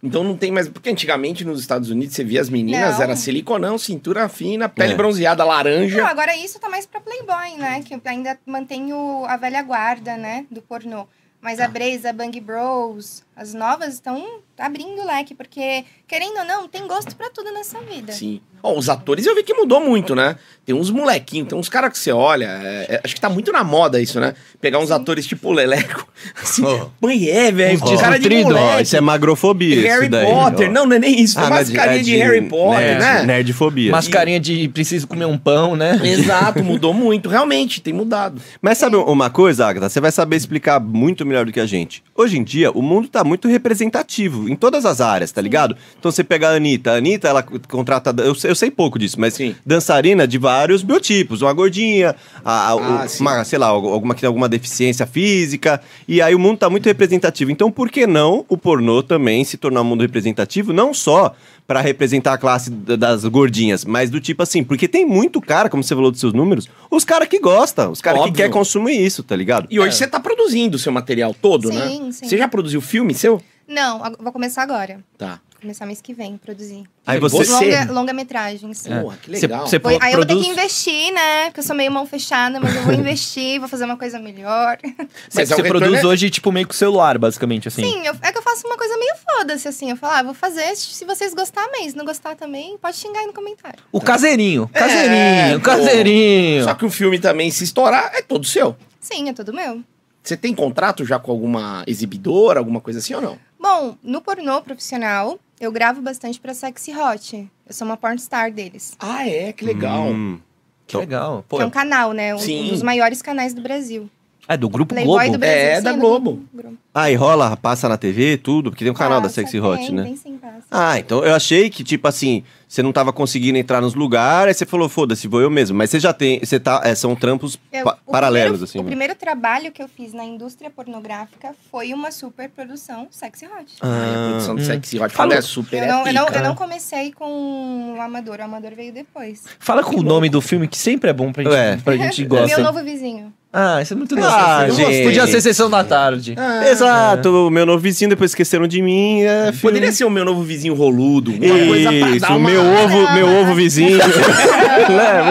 Então não tem mais. Porque antigamente nos Estados Unidos você via as meninas, Não. era siliconão, cintura fina, pele É. bronzeada, Não, laranja. agora isso tá mais pra Playboy, né? Que ainda mantém o, a velha guarda, né? Do pornô. Mas Ah. a Breza, a Bang Bros, as novas estão abrindo o leque, porque, querendo ou não, tem gosto pra tudo nessa vida. Sim. Ó, os atores eu vi que mudou muito, né? Tem uns molequinhos, tem uns caras que você olha. é- é- acho que tá muito na moda isso, né? Pegar uns atores tipo Leleco. Assim, Ó. mãe, é, velho. Ó, cara de nutrido, ó, moleque. isso é magrofobia. Harry isso daí, Potter. ó. Não, não é nem isso. Ah, Foi mas mascarinha é de, Harry Potter, nerd, né? Nerdfobia. Mas, Mascarinha de preciso comer um pão, né? Exato, mudou muito. Realmente, tem mudado. mas É. sabe uma coisa, Agatha? Você vai saber explicar muito melhor do que a gente. Hoje em dia, o mundo tá muito representativo em todas as áreas, tá ligado? Então você pega a Anitta. A Anitta, ela contrata. Eu sei, eu sei pouco disso, mas Sim. dançarina de vários biotipos. Uma gordinha, a- a- Ah, o- sim. uma, sei lá, alguma que tem alguma deficiência física. E aí o mundo tá muito representativo. Então, por que não o pornô também se tornar um mundo representativo? Não só para representar a classe d- das gordinhas, mas do tipo assim, porque tem muito cara, como você falou dos seus números, os caras que gostam, os caras que Óbvio. quer consumir isso, tá ligado? E hoje você tá produzindo o seu material todo, né? Sim, sim. Você já produziu filme seu? Não, ag- vou começar agora. Tá. Vou começar mês que vem, produzir. Aí você- É. Longa, longa-metragem, sim. Porra, que legal. Você Foi- aí eu vou ter produz... que investir, né? Porque eu sou meio mão fechada, mas eu vou investir, vou fazer uma coisa melhor. Você, Mas é um você retorno- produz hoje, tipo, meio com o celular, basicamente, assim. Sim, eu- é que eu faço uma coisa meio foda-se, assim. Eu falo, ah, vou fazer, se vocês gostar, amém. Se não gostar também, pode xingar aí no comentário. O caseirinho. Caseirinho, É, pô. caseirinho. Só que o filme também, se estourar, é todo seu. Sim, é tudo meu. Você tem contrato já com alguma exibidora, alguma coisa assim ou não? Bom, no pornô profissional, eu gravo bastante pra Sexy Hot. Eu sou uma pornstar deles. Ah, é? Que legal. Hum. Que legal. Pô, Que é um canal, né? Um, Sim. um dos maiores canais do Brasil. é do Grupo Playboy Globo. do Brasil. É, sim, da do Globo. Globo. Aí rola, passa na TV, tudo, porque tem um canal da Passa, Sexy Hot, tem, né? Tem sim, passa. Ah, então eu achei que, tipo assim, você não tava conseguindo entrar nos lugares, aí você falou, foda-se, vou eu mesmo. Mas você já tem, você tá, é, são trampos Eu- pa- o paralelos, primeiro- é assim. O né? primeiro trabalho que eu fiz na indústria pornográfica foi uma super produção Sexy Hot. Ai, a produção do hum. Sexy Hot Falou. Falou. é super Eu não, eu, não, épica. eu né? não comecei com o Amador, o Amador veio depois. Fala com o nome do filme, que sempre é bom pra gente, É. pra gente Meu gosta. novo vizinho. Ah, isso é muito Ah, nosso. gente. Podia ser Sessão da Tarde. Ah, Exato, o meu novo vizinho, depois esqueceram de mim. É, filho. Poderia ser o meu novo vizinho roludo. Uma coisa pra Isso, dar uma... meu ovo, meu ovo vizinho. né,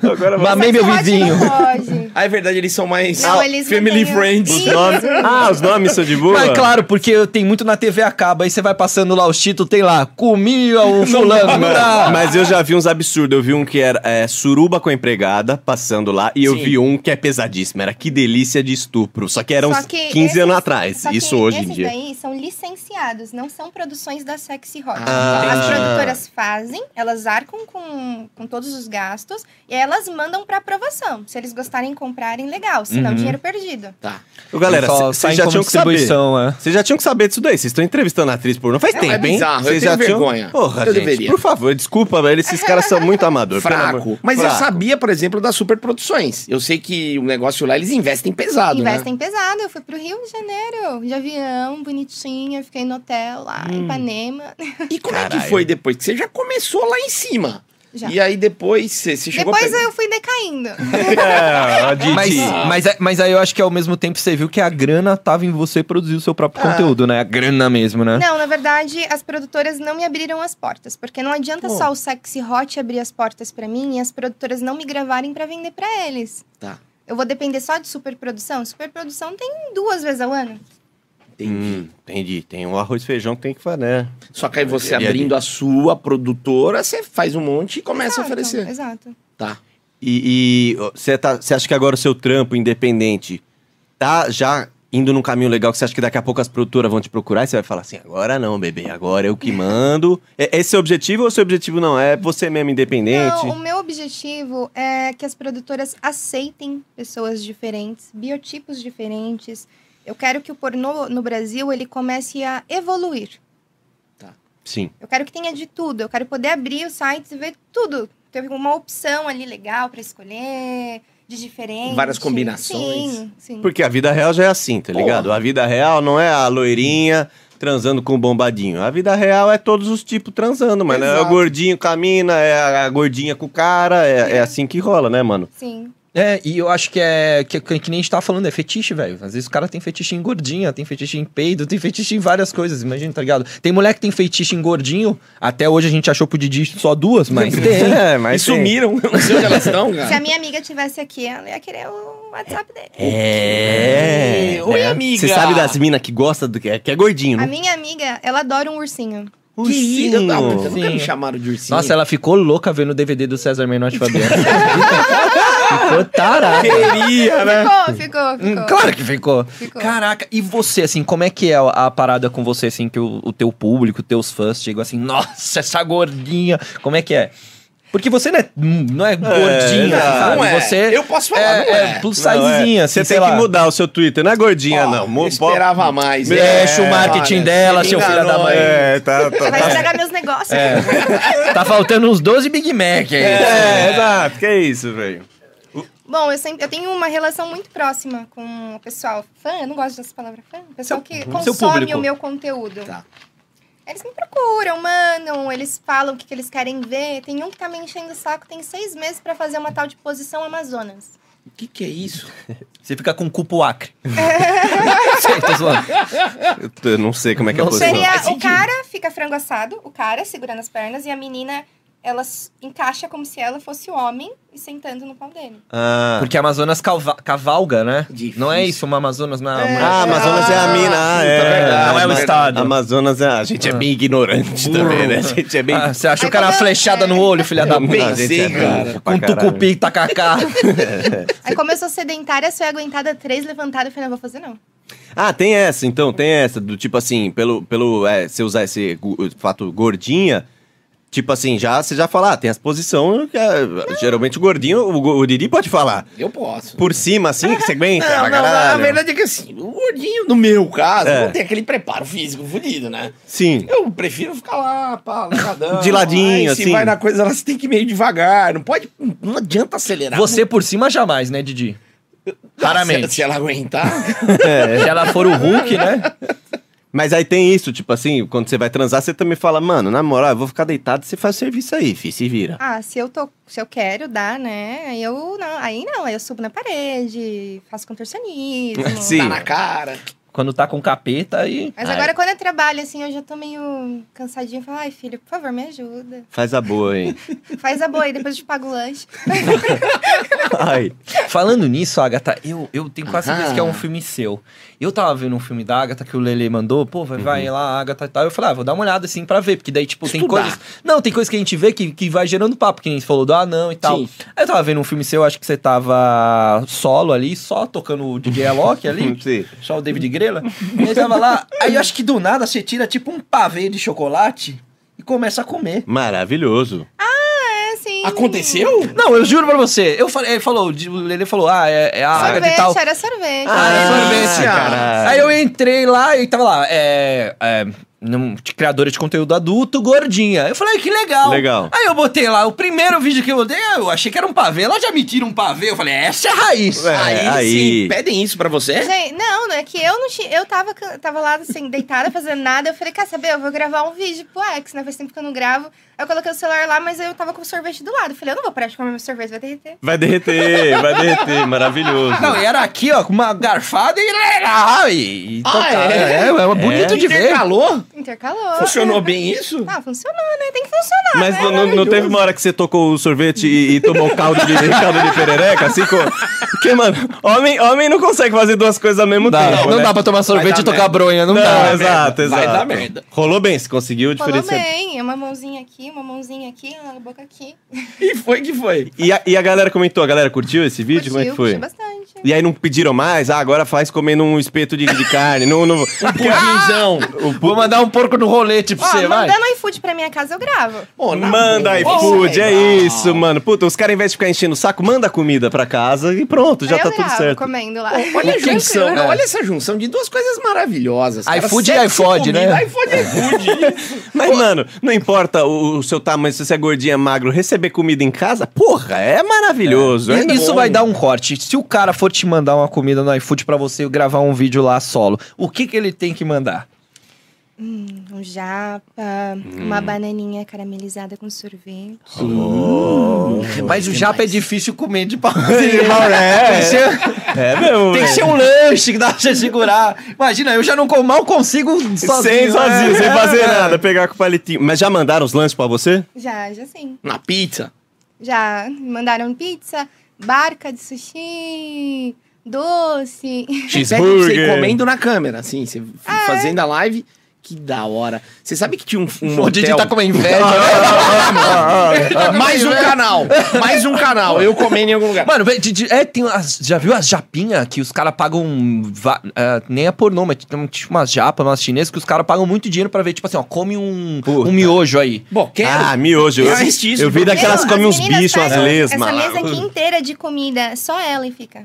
pô? Agora vou- Mamei meu Sexy Hot vizinho. Não pode. Ah, é verdade, eles são mais Não, eles não family têm o- friends. Os nomes- Ah, os nomes são de boa? Mas claro, porque tem muito na TV acaba, aí você vai passando lá os títulos, tem lá, comi o fulano, tá." não dá. Mano, mas eu já vi uns absurdos. Eu vi um que era é, suruba com a empregada passando lá. E eu Sim. vi um que é pesadíssimo. Era que delícia de estupro. Só que era uns Só que 15 esses- anos atrás. só que Isso hoje em esses dia. daí são licenciados, não são produções da Sexy Hot. Ah. As produtoras fazem, elas arcam com, com todos os gastos e aí elas mandam pra aprovação. Se eles gostarem, comprarem, legal. Se não, Uhum. dinheiro perdido. Tá. Ô, Galera, Só vocês saem já como tinham que saber. distribuição, é. Vocês já tinham que saber disso daí. Vocês estão entrevistando a atriz pornô faz Não, tempo, é hein? bizarro, eu Vocês tenho já tinham... vergonha. Porra, Eu gente, deveria. por favor, desculpa, velho. Esses caras são muito amadores. pelo amor- Fraco. Mas eu Fraco. sabia, por exemplo, das superproduções. Eu sei que o negócio lá, eles investem pesado, né? Investem pesado. Eu fui pro Rio de Janeiro, de avião, bonitinha. Fiquei no hotel lá, em Ipanema. Hum. E como é Caralho. que foi depois? Que você já começou lá em cima. Já. E aí depois você você chegou... a Depois pegar- eu fui decaindo. É, ó, Didi. Mas, mas, é- mas aí eu acho que ao mesmo tempo você viu que a grana tava em você produzir o seu próprio Ah. conteúdo, né? A grana mesmo, né? Não, na verdade, as produtoras não me abriram as portas, porque não adianta Pô. só o Sexy Hot abrir as portas pra mim e as produtoras não me gravarem pra vender pra eles. Tá. Eu vou depender só de superprodução? Superprodução tem duas vezes ao ano. Entendi. Hum, entendi. Tem um arroz e feijão que tem que fazer, né? Só que aí você E aí? abrindo a sua produtora, você faz um monte e começa a Exato, oferecer. então, Exato. Tá. E você acha que agora o seu trampo independente tá já indo num caminho legal que você acha que daqui a pouco as produtoras vão te procurar e você vai falar assim, agora não, bebê, agora eu que mando. É- Esse é o objetivo ou seu objetivo não é você mesmo independente? Então, o meu objetivo é que as produtoras aceitem pessoas diferentes, biotipos diferentes. Eu quero que o pornô no Brasil ele comece a evoluir. Sim. Eu quero que tenha de tudo. Eu quero poder abrir o site e ver tudo. Ter uma opção ali legal pra escolher, de diferente. Várias combinações. Sim, sim. Porque a vida real já é assim, tá Porra. ligado? A vida real não é a loirinha transando com o bombadinho. A vida real é todos os tipos transando, mano. É o Exato. É. gordinho com a mina, é a gordinha com o cara, é, é assim que rola, né, mano? Sim. É, e eu acho que é que, que nem a gente tava falando, é fetiche, velho. Às vezes o cara tem fetiche em gordinha, tem fetiche em peido, tem fetiche em várias coisas, imagina, tá ligado? Tem moleque que tem fetiche em gordinho, até hoje a gente achou pro Didi só duas, mas tem. É, E mas tem. sumiram, eu não sei onde elas estão, Se a cara. minha amiga tivesse aqui, ela ia querer o WhatsApp dele. É. Oi, né? amiga. Você sabe das minas que gosta do que é, que é gordinho, A né? minha amiga, ela adora um ursinho. Que isso? Ursinho. Ah, mas nunca me Ursinho. chamaram de ursinho. Nossa, ela ficou louca vendo o DVD do César Menotti Fabiano. ficou tarada. queria, é? né? Ficou, ficou, Hum, ficou. Claro que ficou. Ficou. Caraca, e você, assim, como é que é a, a parada com você, assim, que o, o teu público, teus fãs chegam assim, nossa, essa gordinha, como é que é? Porque você não é, não é gordinha, não, sabe? não é. Você Eu posso falar, não é. plus Não, é. sizezinha, assim, Você sei tem que lá. mudar o seu Twitter, não é gordinha, não. Ó, Mo- esperava mais. É, Mexe o marketing dela, me seu filho enganou, da mãe. hein? É, tá, tá, Vai tá. estragar meus negócios. Tá faltando uns 12 Big Mac aí. É, exato. Que isso, velho. Bom, eu, sempre, eu tenho uma relação muito próxima com o pessoal fã, eu não gosto dessa palavra fã, o pessoal que consome público. o meu conteúdo. Tá. Eles me procuram, mandam, eles falam o que, que eles querem ver. Tem um que tá me enchendo o saco, tem seis meses pra fazer uma tal de posição Amazonas. O que, que é isso? Você fica com cupo acre. É. Sei, tô zoando. Eu, tô- eu não sei como é que é a Não posição. Seria faz o sentido. cara fica frango assado, o cara segurando as pernas e a menina ela s- encaixa como se ela fosse o homem e sentando no pau dele. Ah, Porque a Amazonas calva- cavalga, né? Difícil. Não é isso, uma Amazonas não é, uma- ah, Amazonas é a mina. Ah, puta, é, verdade, não é o Ama- estado. Amazonas é. A gente é bem ignorante também, né? A gente é bem. Ah, você achou Aí que era uma quando- flechada é. no olho, filha da Não, puta? a gente é pensei, cara. burro pra Com caralho. tucupi, tacacá. Aí como eu sou sedentária, sou aguentada três levantadas, eu falei, não vou fazer não. Ah, tem essa, então, tem essa. Do tipo assim, pelo. pelo é, se usar esse gu- fato gordinha. Tipo assim, já você já fala, ah, tem as posições que é, geralmente o gordinho, o, go- o Didi pode falar. Eu posso. Por cima, assim, que você aguenta. Não, pra não, não, a caralho. verdade é que assim, o gordinho, no meu caso, É. não tem aquele preparo físico fodido, né? Sim. Eu prefiro ficar lá, pá, largadão. De ladinho, Aí, se assim. vai na coisa, elas têm que ir meio devagar. Não pode, não adianta acelerar. Você por cima jamais, né, Didi? Não, Raramente. Se, se ela aguentar. É. Se ela for o Hulk, né? Mas aí tem isso, tipo assim, quando você vai transar, você também fala, mano, na moral, eu vou ficar deitado, você faz o serviço aí, fi, se vira. Ah, se eu tô, se eu quero dar, né? Aí eu não, aí não, aí eu subo na parede, faço contorcionismo. Sim. Tá na cara. Quando tá com capeta aí. Mas Ai, agora quando eu trabalho assim, eu já tô meio cansadinha, eu falo, ai filho, por favor, me ajuda. Faz a boa, hein? Faz a boa aí, depois eu te pago o lanche. Ai. Falando nisso, Agatha, eu, eu tenho quase certeza Aham. que é um filme seu. Eu tava vendo um filme da Agatha que o Lele mandou, pô, vai, vai lá, Agatha e tal. Eu falei, ah, vou dar uma olhada assim pra ver, porque daí, tipo, tem Estudar. coisas. Não, tem coisas que a gente vê que, que vai gerando papo, que nem você falou do anão e tal. Sim. Aí eu tava vendo um filme seu, acho que você tava solo ali, só tocando o DJ Alok ali. Sim. Só o David Grela. E aí tava lá. Aí eu acho que do nada você tira tipo um pavê de chocolate e começa a comer. Maravilhoso. É assim. Aconteceu? Não, eu juro pra você. Eu falei, ele falou, o Lele falou, ah, é, é a Agatha e tal. Sorvete, era sorvete. Ah, é sorvete, ah. caralho. Aí eu entrei lá e tava lá, é. é num- de criadora de conteúdo adulto, gordinha. Eu falei, "Ai, que legal. Legal. Aí eu botei lá, o primeiro vídeo que eu botei, eu achei que era um pavê. Ela já me tira um pavê. Eu falei, essa é a raiz. É, aí, aí. sim, pedem isso pra você? Gente, não, não é que eu não tinha. Eu tava, ca- tava lá, assim, deitada, fazendo nada. Eu falei, quer saber? Eu vou gravar um vídeo pro ex, né? Faz tempo que eu não gravo. Eu coloquei o celular lá, mas eu tava com o sorvete do lado. Eu falei, eu não vou parar de comer meu sorvete, vai derreter. Vai derreter, vai derreter, maravilhoso. Não, e era aqui, ó, com uma garfada e legal. E, e Ah, tocar. é? é, é, bonito de ver. Intercalou? Intercalou. Funcionou bem isso? Ah, funcionou, né? Tem que funcionar. Mas não, não- não teve uma hora que você tocou o sorvete e, e tomou um caldo de, caldo de perereca, assim como... Porque, mano, homem, homem não consegue fazer duas coisas ao mesmo Dá, tempo, não né? dá pra tomar sorvete dar e tocar merda. bronha, não, Não, dá. exato, merda. exato. Vai dar merda. Rolou bem, você conseguiu o Falou diferencial. bem, é uma mãozinha aqui, uma mãozinha aqui, uma boca aqui. E foi que foi. E a, e a galera comentou, a galera curtiu esse vídeo? Como é que Curtiu, foi? curti bastante. E aí não pediram mais? Ah, agora faz comendo um espeto de, de carne. Não, não... Ah! Pudinzão. Um Vou mandar um porco no rolete pra Ó, você, vai. mandando iFood pra minha casa, eu gravo. Pô, na Manda boa. iFood, é Legal. isso, mano. Puta, os caras, ao invés de ficar enchendo o saco, manda comida pra casa e pronto, já Aí tá eu tudo gravo, certo. comendo lá. Olha a junção, Tranquilo. né? olha essa junção de duas coisas maravilhosas. cara. iFood e Sexo iFood, comida. né? iFood e iFood. Mas, mano, não importa o, o seu tamanho, se você é gordinha, magro, receber comida em casa, porra, é maravilhoso. É, E- Isso bom. vai dar um corte. Se o cara for te mandar uma comida no iFood pra você gravar um vídeo lá solo, o que que ele tem que mandar? Hum, um japa, uma Hum. bananinha caramelizada com sorvete. Mas o japa é difícil comer de pau. é. É mesmo, Tem que ser um lanche que dá pra você segurar. Imagina, eu já não com- mal consigo sozinho. Sem sozinho, né? sem fazer É. nada, pegar com o palitinho. Mas já mandaram os lanches pra você? Já, já sim. Na pizza. Já mandaram pizza, barca de sushi, doce. Você Cheeseburger. comendo na câmera, assim, você fazendo a live. Que da hora. Você sabe que tinha um, um O Didi motel- tá com uma é. inveja. mais um canal. Mais um canal. Eu comendo em algum lugar. Mano, vê, Didi, é, tem umas- já viu as japinhas que os caras pagam. va- ah, nem é pornô, mas tem tipo umas japas, umas chinesas que os caras pagam muito dinheiro pra ver, tipo assim, ó, come um, Puta. um miojo aí. Bom, quero. Ah, miojo. Eu, Existe isso, eu vi mano. daquelas É que Meu, comem as uns meninas bichos, as fazem lesmas. Essa mesa é aqui inteira de comida, só ela e fica.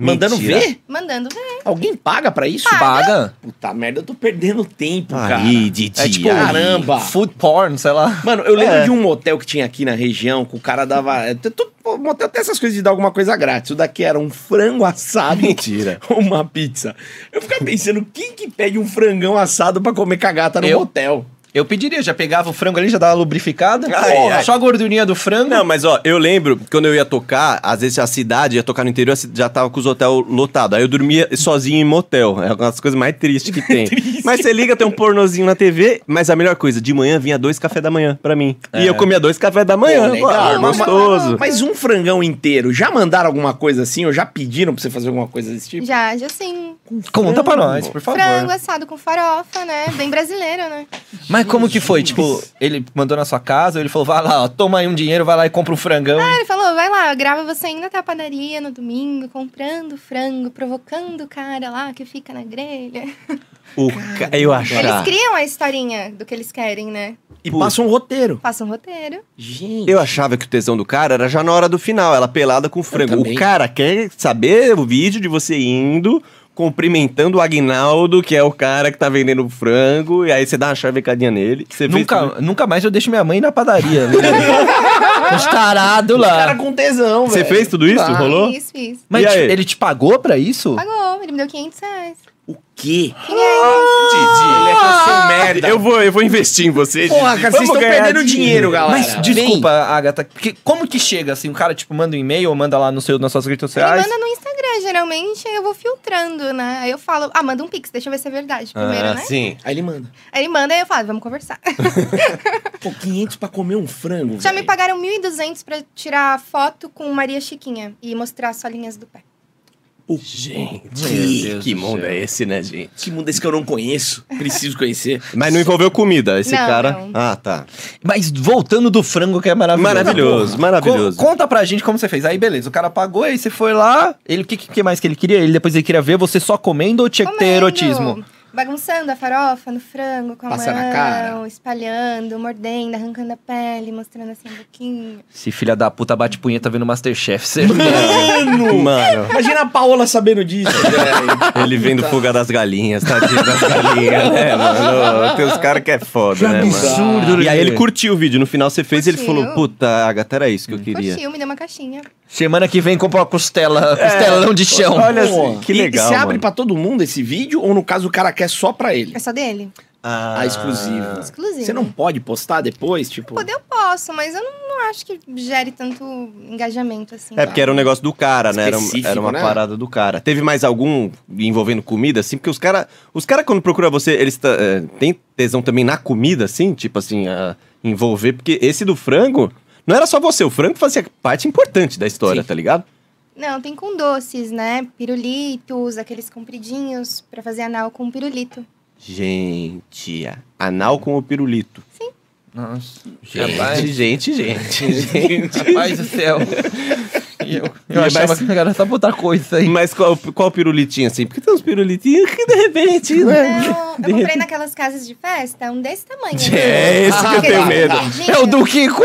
Mandando Mentira. ver? Mandando né? ver. Alguém paga pra isso? Paga? Puta merda, eu tô perdendo tempo, cara. Aí, Didi. É tipo. aí. Caramba. Food porn, sei lá. Mano, eu É. lembro de um motel que tinha aqui na região, que o cara dava. é, tu- tu- pô, Motel tem essas coisas de dar alguma coisa grátis. O daqui era um frango assado. Mentira. Uma pizza. Eu ficava pensando, quem que pede um frangão assado pra comer cagata no Eu? motel? Eu pediria, já pegava o frango ali, já dava lubrificada. Ai, Porra, ai. Só a gordurinha do frango. Não, mas ó, eu lembro quando eu ia tocar, às vezes a cidade ia tocar no interior, a ci- já tava com os hotel lotado. Aí eu dormia sozinho em motel. É uma das coisas mais tristes que tem. Mas você liga, tem um pornozinho na TV, mas a melhor coisa, de manhã vinha dois café da manhã pra mim. E eu comia dois café da manhã. É. Pô, legal. Ah, Mas- gostoso. Mas um frangão inteiro, já mandaram alguma coisa assim? Ou já pediram pra você fazer alguma coisa desse tipo? Já, já sim. Conta pra nós, por favor. Frango é assado com farofa, né? Bem brasileiro, né? Mas como que foi? Tipo, ele mandou na sua casa, ele falou, vai lá, ó, toma aí um dinheiro, vai lá e compra um frangão. Ele falou, vai lá, grava você ainda até a padaria no domingo, comprando frango, provocando o cara lá que fica na grelha. O ca- Eu Eles achava. criam a historinha do que eles querem, né? E passa um roteiro. Faça um roteiro. Gente. Eu achava que o tesão do cara era já na hora do final, ela pelada com frango. também. O cara quer saber o vídeo de você indo, cumprimentando o Agnaldo, que é o cara que tá vendendo frango, e aí você dá uma chavecadinha nele. que Você fez também. Nunca, nunca mais eu deixo minha mãe na padaria. velho. Os tarados Cara lá. com tesão, Você velho. fez tudo isso? Claro. Rolou? Isso, isso. Mas E aí? ele te pagou pra isso? Pagou, ele me deu 500 reais. O quê? Ah, Didi, Ele é seu merda. Eu vou, eu vou investir em você. Porra, Didi. cara, vocês Vamos estão ganhar perdendo dinheiro, galera. Mas Vem. desculpa, Agatha, que- como que chega assim? O cara, tipo, manda um e-mail ou manda lá no seu, nas suas redes Ele sociais? manda no Instagram, geralmente, aí eu vou filtrando, né? Aí eu falo, ah, manda um pix, deixa eu ver se é verdade primeiro, Ah, né? sim. Aí ele manda. Aí ele manda e eu falo, vamos conversar. Pô, 500 pra comer um frango, Já me velho. pagaram 1.200 pra tirar foto com Maria Chiquinha e mostrar as solinhas do pé. O gente. Que, Que, que mundo é esse, né, gente? que mundo é esse que eu não conheço? Preciso conhecer. Mas não envolveu comida, esse Não, cara. não. Ah, tá. Mas voltando do frango, que é maravilhoso. Maravilhoso, maravilhoso. Co- conta pra gente como você fez. Aí, beleza, o cara pagou, aí você foi lá. Ele, o que, que mais que ele queria? Ele depois ele queria ver você só comendo ou tinha que ter Comendo, erotismo? Bagunçando a farofa no frango, com a Passa na mão, cara. espalhando, mordendo, arrancando a pele, mostrando assim um pouquinho. Se filha da puta bate punheta vendo Masterchef, você... é Mano, Mano Imagina a Paola sabendo disso. velho. ele vendo fuga das galinhas, tadinho das galinhas. É, mano, tem os caras que é foda, né, mano? absurdo, E aí ele curtiu o vídeo, no final você fez, ele Curtiu. Hum, falou, puta, Agatha, era isso que eu queria. Curtiu, me deu uma caixinha. Semana que vem compra uma costela, costelão de chão. É. Olha assim, Pô. que E- legal, E você mano. abre pra todo mundo esse vídeo? Ou no caso o cara quer só pra ele? É só dele? Ah, Ah, exclusivo. Exclusivo. Você não pode postar depois, tipo... Poder eu posso, mas eu não, não acho que gere tanto engajamento assim. É, porque era um negócio do cara, né? Era, um- Específico, era uma né? parada do cara. Teve mais algum envolvendo comida, assim? Porque os caras, os cara, quando procuram você, eles tá- é, têm tesão também na comida, assim? Tipo assim, a envolver. Porque esse do frango, não era só você. O frango fazia parte importante da história, Sim. tá ligado? Não, tem com doces, né? Pirulitos, aqueles compridinhos pra fazer anal com pirulito. Gente, a- anal com o pirulito. Nossa, Gente, Rapaz. gente, gente, gente. rapaz do céu. E Eu, eu E é achava mais- que era só botar coisa aí. Mas qual, qual pirulitinho, assim? Porque tem uns pirulitinhos que de repente, né? Não, eu comprei naquelas casas de festa, um desse tamanho. né? É esse que eu tenho medo. É o do Kiko.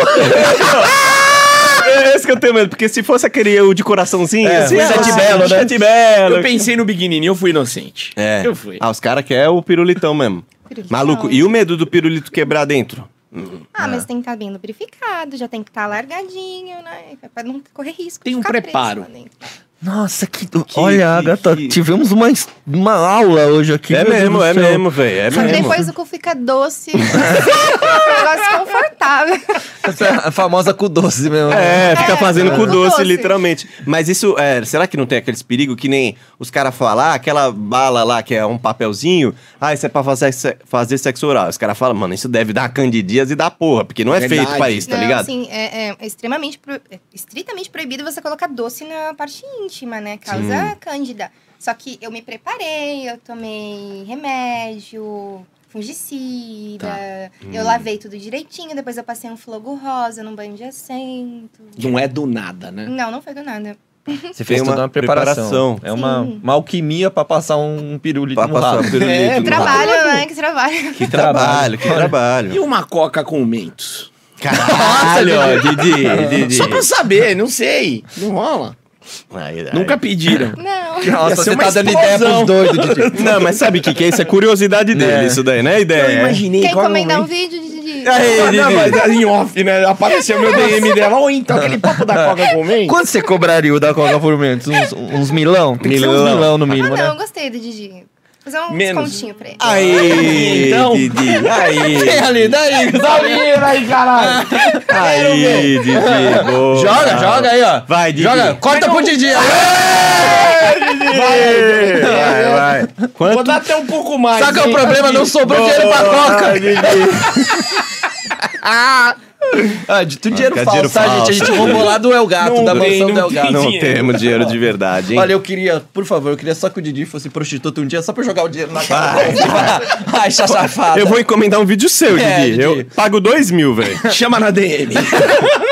É esse que eu tenho medo, porque se fosse aquele eu de coraçãozinho, É, assim, o ah, Sete Belo, né? Sete Belo. Eu pensei no pequenininho, eu fui inocente. É. Eu fui. Ah, os caras querem o pirulitão mesmo. Pirulitão. Maluco, e o medo do pirulito quebrar dentro? Ah, mas tem que estar bem lubrificado, já tem que estar largadinho, né? Pra não correr risco. de Tem um ficar preso preparo. lá dentro. Nossa, que... Olha, Agatha, que- tivemos uma... his- uma aula hoje aqui. É meu Deus mesmo, do é céu. mesmo, velho. É Só que mesmo. depois o cu fica doce. É um negócio confortável. Essa é a famosa cu doce mesmo. né? É, fica É, fazendo é. com doce, Doce. literalmente. Mas isso, é, será que não tem aqueles perigos que nem os caras falam, ah, aquela bala lá que é um papelzinho, ah, isso é pra fazer, se- fazer sexo oral. Os caras falam, mano, isso deve dar candidíase e dar porra, porque não é Verdade. feito pra isso, tá Não, ligado? assim, é, é extremamente pro- é estritamente proibido você colocar doce na parte íntima, né? Causa cândida. Só que eu me preparei, eu tomei remédio, fungicida, eu lavei tudo direitinho, depois eu passei um flogo rosa num banho de assento. Não é do nada, né? Não, não foi do nada. Você Tem fez toda uma uma preparação. preparação. É uma, Sim. uma alquimia pra passar um pirulito Pra no passar rabo. pirulito É, no rabo. trabalho, né? Que trabalho. Que trabalho, que E trabalho. uma coca com mentos? Caralho, ó, Didi, Didi. Só pra eu saber, não sei. Não rola. Ai, ai. Nunca pediram. Não. Nossa, Ia ser você uma tá dando ideia explosão. pros doidos, Didi. Não, mas sabe o que, que é isso? É curiosidade dele, É. isso daí, né? Ideia. Eu imaginei. Quer coca com encomendar um mentos. vídeo de. Aí, Ah, não, Didi. mas é em off, né? Apareceu meu DM dela. Ou então, aquele papo É. da coca com mentos. Quanto você cobraria o da Coca por menos? Uns, uns milão? Tem que ser uns Milão. milão no Ah, mínimo, não, né? eu gostei do Didi. Fazer um Menos. descontinho pra ele. Ah, Aí, Então. Didi. Tem Aí, ali, É. daí. Samira aí, caralho. aí, Didi. boa. Joga, joga aí, ó. Vai, Didi. Joga, corta pro Didi. Vai, vai. Ah. Quanto Vou dar até um pouco mais. Saca é o hein? problema, não sobrou dinheiro pra Coca. Didi. Ah, de tudo dinheiro Fica falso, dinheiro tá, gente? A gente falso. roubou lá do El Gato, Não da tem, mansão não do El tem. Gato. Não dinheiro. temos dinheiro de verdade, hein? Olha, eu queria, por favor, eu queria só que o Didi fosse prostituta um dia, só pra eu jogar o dinheiro na cara. Ai, chá safada. Eu vou encomendar um vídeo seu, Didi. É, Didi. Eu pago dois mil, velho. Chama na DM.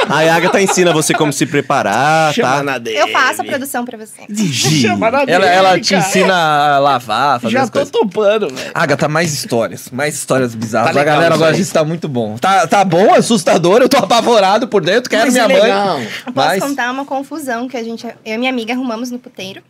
Aí a Agatha ensina você como se preparar, Chama tá? na DM. Eu faço a produção pra você. Didi. Chama na Ela, DM, ela te cara. ensina a lavar, fazer Já as tô coisas. topando, velho. Agatha, mais histórias, mais histórias bizarras. Tá a legal galera isso agora aí. disso tá muito bom. Tá, tá bom, assustador, eu tô apavorado por dentro, quero Mas minha é legal. mãe. Eu posso Mas contar uma confusão que a gente, eu e minha amiga arrumamos no puteiro.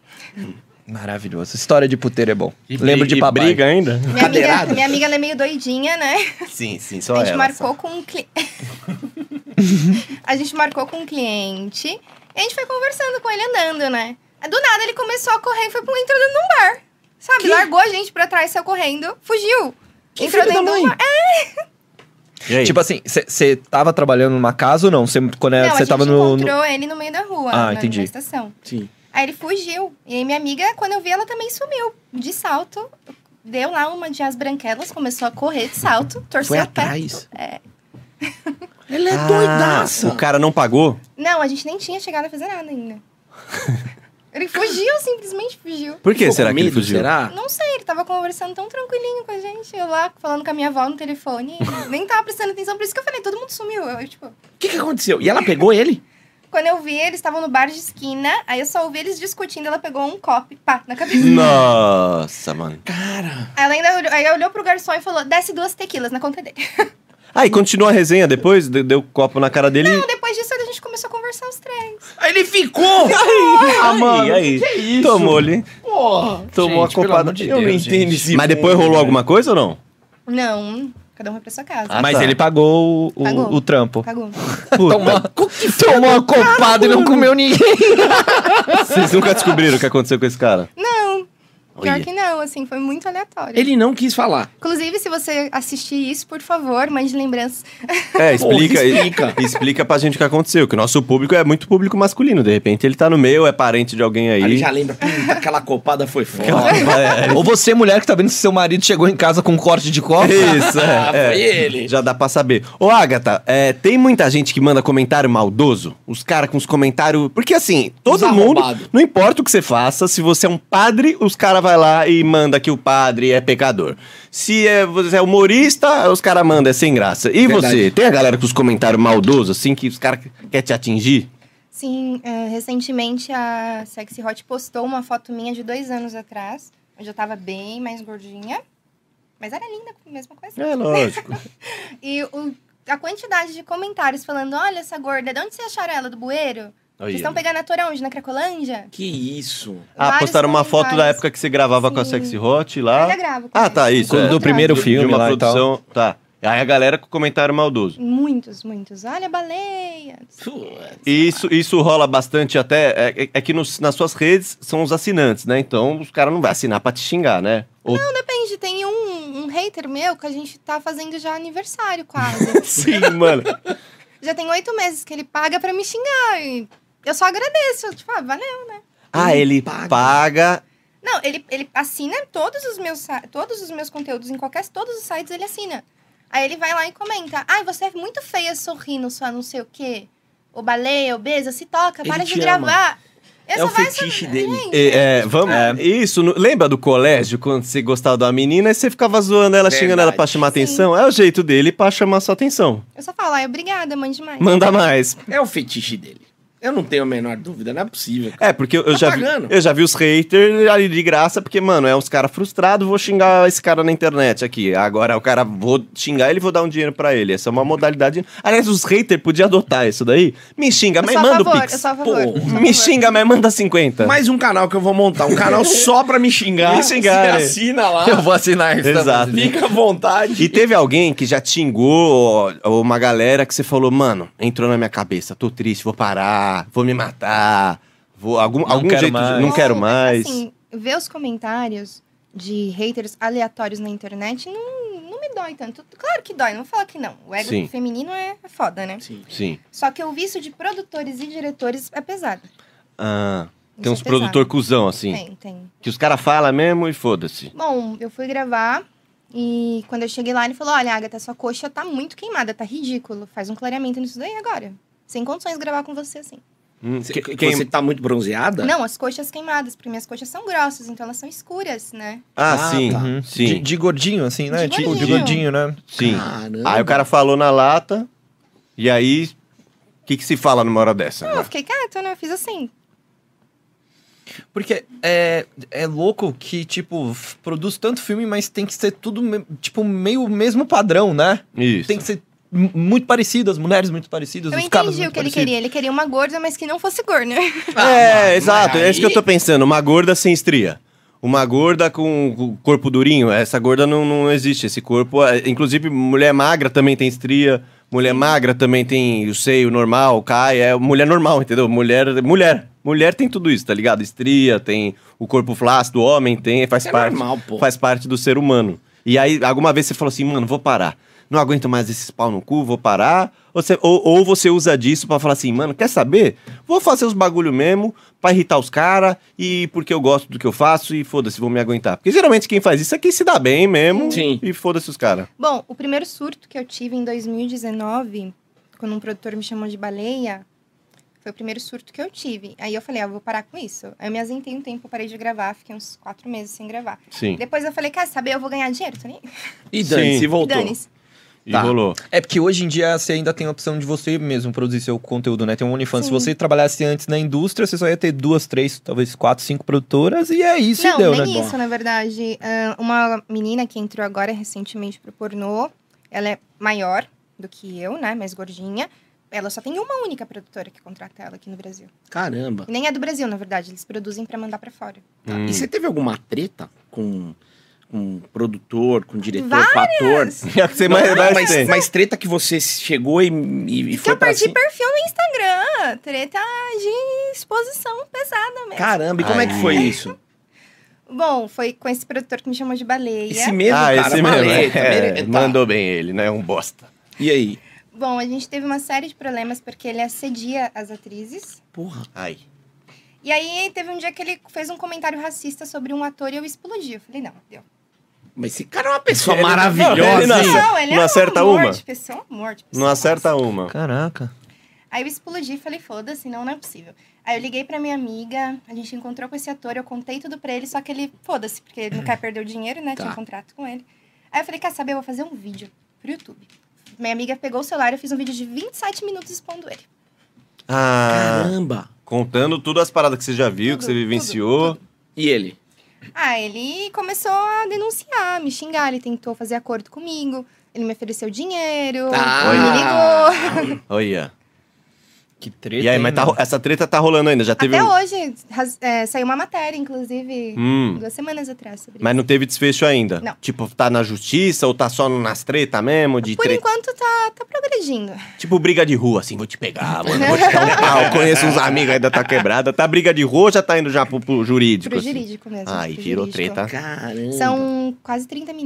maravilhoso. História de puteiro é bom. Lembro de E papai. briga ainda? Minha amiga, Cadeirada? minha amiga ela é meio doidinha, né? Sim, sim, A só gente ela, marcou só. com um cliente. a gente marcou com um cliente e a gente foi conversando com ele andando, né? Do nada ele começou a correr e foi pro entrou dentro de um bar. Sabe? Largou a gente pra trás, saiu correndo, fugiu. Que entrou filho da dentro de mãe. um bar. É, E aí? Tipo assim, você tava trabalhando numa casa ou não? Cê, quando não, a É, você gente tava no. no- encontrou ele no meio da rua, Ah, na, entendi. na estação. Sim. Aí ele fugiu. E aí minha amiga, quando eu vi, ela também sumiu. De salto. Deu lá uma de as branquelas, começou a correr de salto, Foi torceu o pé. atrás. É. Ela é doidaça. Ah, Ah, O cara não pagou? Não, a gente nem tinha chegado a fazer nada ainda. ele fugiu, simplesmente fugiu. Por que Ficou será com que ele medo, fugiu? Será? Não sei, ele tava conversando tão tranquilinho com a gente. Eu lá falando com a minha avó no telefone. nem tava prestando atenção. Por isso que eu falei, todo mundo sumiu. Eu, tipo, O que, que aconteceu? E ela pegou ele? quando eu vi, eles estavam no bar de esquina. Aí eu só ouvi eles discutindo. Ela pegou um copo, e pá, na cabeça. Nossa, mano. Cara. Ela ainda olhou, aí olhou pro garçom e falou: desce duas tequilas na conta dele. Aí Ah, continua a resenha depois, de- deu copo na cara dele. Então, depois disso, a gente começou a conversar os três. Aí ele ficou! Ah, mano, aí? que Tomou ali. Porra! Tomou Gente, a pelo copada. amor de Eu não Deus, entendo gente. esse Mas depois rolou alguma coisa ou não? Não, cada um foi pra sua casa. Ah, Mas tá. ele pagou o, o- Pagou. o trampo. Cagou. Tomou, tomou uma copada e não comeu ninguém. Vocês nunca descobriram o que aconteceu com esse cara? Não. Pior Olha. que não, assim, foi muito aleatório. Ele não quis falar. Inclusive, se você assistir isso, por favor, mande lembranças. É, explica, Porra, explica. explica. explica pra gente o que aconteceu. Que o nosso público é muito público masculino. De repente ele tá no meio, é parente de alguém aí. Aí ele já lembra, puta, aquela copada foi foda. Ou você, mulher, que tá vendo se seu marido chegou em casa com um corte de copo. Isso, Ah, é, é. foi ele. Já dá pra saber. Ô, Agatha, é, tem muita gente que manda comentário maldoso? Os caras com os comentários. Porque assim, todo mundo. Desarrombado. Não importa o que você faça, se você é um padre, os caras vai lá e manda que o padre é pecador. Se é, você é humorista, os caras mandam, é sem graça. E Verdade. você, tem a galera com os comentários maldosos, assim, que os caras querem te atingir? Sim, é, recentemente a Sexy Hot postou uma foto minha de dois anos atrás, onde eu tava bem mais gordinha. Mas era linda, mesma coisa. É lógico. E o- a quantidade de comentários falando: olha essa gorda, de onde você acharam ela? Do bueiro? Vocês estão pegando a Torão onde? Na Cracolândia? Que isso? Ah, Vários postaram uma foto da comentários. época que você gravava com a Sim. é Sexy Hot Eu lá. ainda gravo. com Ah, eles. tá, isso. Eu é. Do gravo. primeiro filme de uma lá e tal. produção. Tá. Aí a galera com comentário maldoso. Muitos, muitos. Olha a baleia. E isso, isso rola bastante até. É, é- é que nos- nas suas redes são os assinantes, né? Então os caras não vão assinar pra te xingar, né? Ou- Depende, tem um, um hater meu que a gente tá fazendo já aniversário quase. Sim, mano. já tem oito meses que ele paga pra me xingar. E eu só agradeço. eu, Tipo, ah, valeu. Ah, ele paga. Paga. Não, ele, ele assina todos os meus sa- todos os meus conteúdos em qualquer todos os sites ele assina. Aí ele vai lá e comenta: "Ai, você é muito feia sorrindo só não sei o quê. Ô baleia, obesa, se toca, Ele para de te gravar". Eu É o só vai- fetiche dele. Gente, E, é, vamos. Isso, no- lembra do colégio, quando você gostava da menina e você ficava zoando ela, xingando ela pra Verdade. chamar Sim. atenção? É o jeito dele pra chamar sua atenção. eu só falo: "Ai, obrigada, mãe demais". Manda mais. É o fetiche dele. Eu não tenho a menor dúvida, não é possível. É, porque eu, Tá já vi, pagando. eu já vi os haters ali de graça, porque, mano, é uns caras frustrados, vou xingar esse cara na internet aqui. Agora o cara, vou xingar ele e vou dar um dinheiro pra ele. Essa é uma modalidade. Aliás, os haters podiam adotar isso daí. Me xinga, Eu mas sou a manda o favor, pix. eu sou a favor. Pô, eu sou a Me favor. xinga, mas manda 50. Mais um canal que eu vou montar, um canal só pra me xingar. Me xingar, Você é. assina lá, Eu vou assinar isso. Exato. fica à vontade. E teve alguém que já xingou ó, uma galera que você falou, mano, entrou na minha cabeça, tô triste, vou parar, vou me matar, vou algum, algum quero jeito, de- mais. não Bom, quero mas, mais. Assim, ver os comentários de haters aleatórios na internet não, não me dói tanto. Claro que dói, não vou falar que não. O ego Sim. feminino é foda, né? Sim. Sim. Só que o vício de produtores e diretores é pesado. Ah, Isso tem uns é pesado. produtor cuzão, assim, Tem, tem. que os caras falam mesmo e foda-se. Bom, eu fui gravar e quando eu cheguei lá, ele falou: Olha, Agatha, sua coxa tá muito queimada, tá ridículo. Faz um clareamento nisso daí agora. Sem condições de gravar com você assim. Hum, Você- que- que- quem- Você tá muito bronzeada? Não, as coxas queimadas, porque minhas coxas são grossas, então elas são escuras, né? Ah, Ah, sim, tá. Uhum. sim, De, de gordinho, assim, né? De tipo, de gordinho. gordinho, né? sim. Caramba. Aí o cara falou na lata, e aí, o que, que se fala numa hora dessa? Não, eu fiquei quieta, né? Eu fiz assim. Porque é, é louco que, tipo, f- produz tanto filme, mas tem que ser tudo, me- tipo, meio o mesmo padrão, né? Isso. Tem que ser m- muito parecido, as mulheres muito parecidas, Eu os caras entendi o muito que ele parecidos. queria. Ele queria uma gorda, mas que não fosse gorda. é, Ah, mas- exato. mas É isso que eu tô aí- pensando. Uma gorda sem estria. Uma gorda com com corpo durinho. Essa gorda não, não existe. Esse corpo. é, Inclusive, mulher magra também tem estria. Mulher magra também tem o seio normal, cai. É mulher normal, entendeu? Mulher. Mulher. Mulher tem tudo isso, tá ligado? Estria, tem o corpo flácido, homem tem, faz Isso é parte. normal, pô. Faz parte do ser humano. E aí, alguma vez você falou assim, mano, vou parar. Não aguento mais esses pau no cu, vou parar. Ou você, ou, ou você usa disso pra falar assim, mano, quer saber? Vou fazer os bagulho mesmo pra irritar os caras e porque eu gosto do que eu faço e foda-se, vou me aguentar. Porque geralmente quem faz isso é quem se dá bem mesmo Sim. e foda-se os caras. Bom, o primeiro surto que eu tive em 2019, quando um produtor me chamou de baleia, foi o primeiro surto que eu tive. Aí eu falei, ah, vou parar com isso. Aí eu me azentei um tempo, parei de gravar, fiquei uns quatro meses sem gravar. Sim. Depois eu falei, quer saber, eu vou ganhar dinheiro, tô nem... aí. E Dani, Sim. se voltou. Dane-se. E Tá. rolou. É porque hoje em dia você ainda tem a opção de você mesmo produzir seu conteúdo, né? Tem um OnlyFans. Se Sim. você trabalhasse antes na indústria, você só ia ter duas, três, talvez quatro, cinco produtoras e é isso Não, e deu, nem né? isso, na verdade. Ah, uma menina que entrou agora recentemente pro pornô, ela é maior do que eu, né, mais gordinha. Ela só tem uma única produtora que contrata ela aqui no Brasil. Caramba. E nem é do Brasil, na verdade. Eles produzem pra mandar pra fora. Tá. Hum. E você teve alguma treta com, com produtor, com diretor, com ator? É o que você Não, mais, não, mais mas, tem. mas treta que você chegou e, e, e Se foi eu pra perdi cima. perfil no Instagram, treta de exposição pesada mesmo. Caramba, e como é que Ai. foi isso? Bom, foi com esse produtor que me chamou de baleia. Esse mesmo, ah, cara, esse mesmo. maleta, é, mere- tá. mandou bem ele, né? Um bosta. E aí? Bom, a gente teve uma série de problemas porque ele assedia as atrizes. Porra. Ai. E aí teve um dia que ele fez um comentário racista sobre um ator e eu explodi. Eu falei, não, deu. Mas esse cara é uma pessoa Ele- maravilhosa. Não, ele hein? nasceu- Não, ele não é acerta um amor uma. de pessoa, um amor de pessoa. Não acerta uma. Caraca. Aí eu explodi, falei, foda-se, não, não é possível. Aí eu liguei pra minha amiga, a gente encontrou com esse ator, eu contei tudo pra ele, só que ele, foda-se, porque ele não quer perder o dinheiro, né? Tá. Tinha um contrato com ele. Aí eu falei, quer saber, eu vou fazer um vídeo pro YouTube. Minha amiga pegou o celular, eu fiz um vídeo de 27 minutos expondo ele. Ah. Caramba. Contando todas as paradas que você já viu, que você Tudo, vivenciou. tudo, E ele? Ah, ele começou a denunciar, me xingar, ele tentou fazer acordo Tá. um comigo, ele me ofereceu dinheiro, Ah. ele me ligou. Olha. Que treta. E aí, hein, mas tá mano? ro- essa treta tá rolando ainda, já teve. Até um- hoje ras- é, saiu uma matéria, inclusive, Hum. duas semanas atrás sobre Mas isso. não teve desfecho ainda. Não. Tipo, tá na justiça ou tá só nas treta mesmo? De Por tre- enquanto tá, tá progredindo. Tipo briga de rua, assim, vou te pegar, mano, vou te dar um pau. Conheço uns amigos ainda tá quebrada. Tá briga de rua ou já tá indo já pro, pro jurídico? Pro assim? jurídico mesmo. Ai, pro virou jurídico. treta. Caramba. um São quase 30 meninas.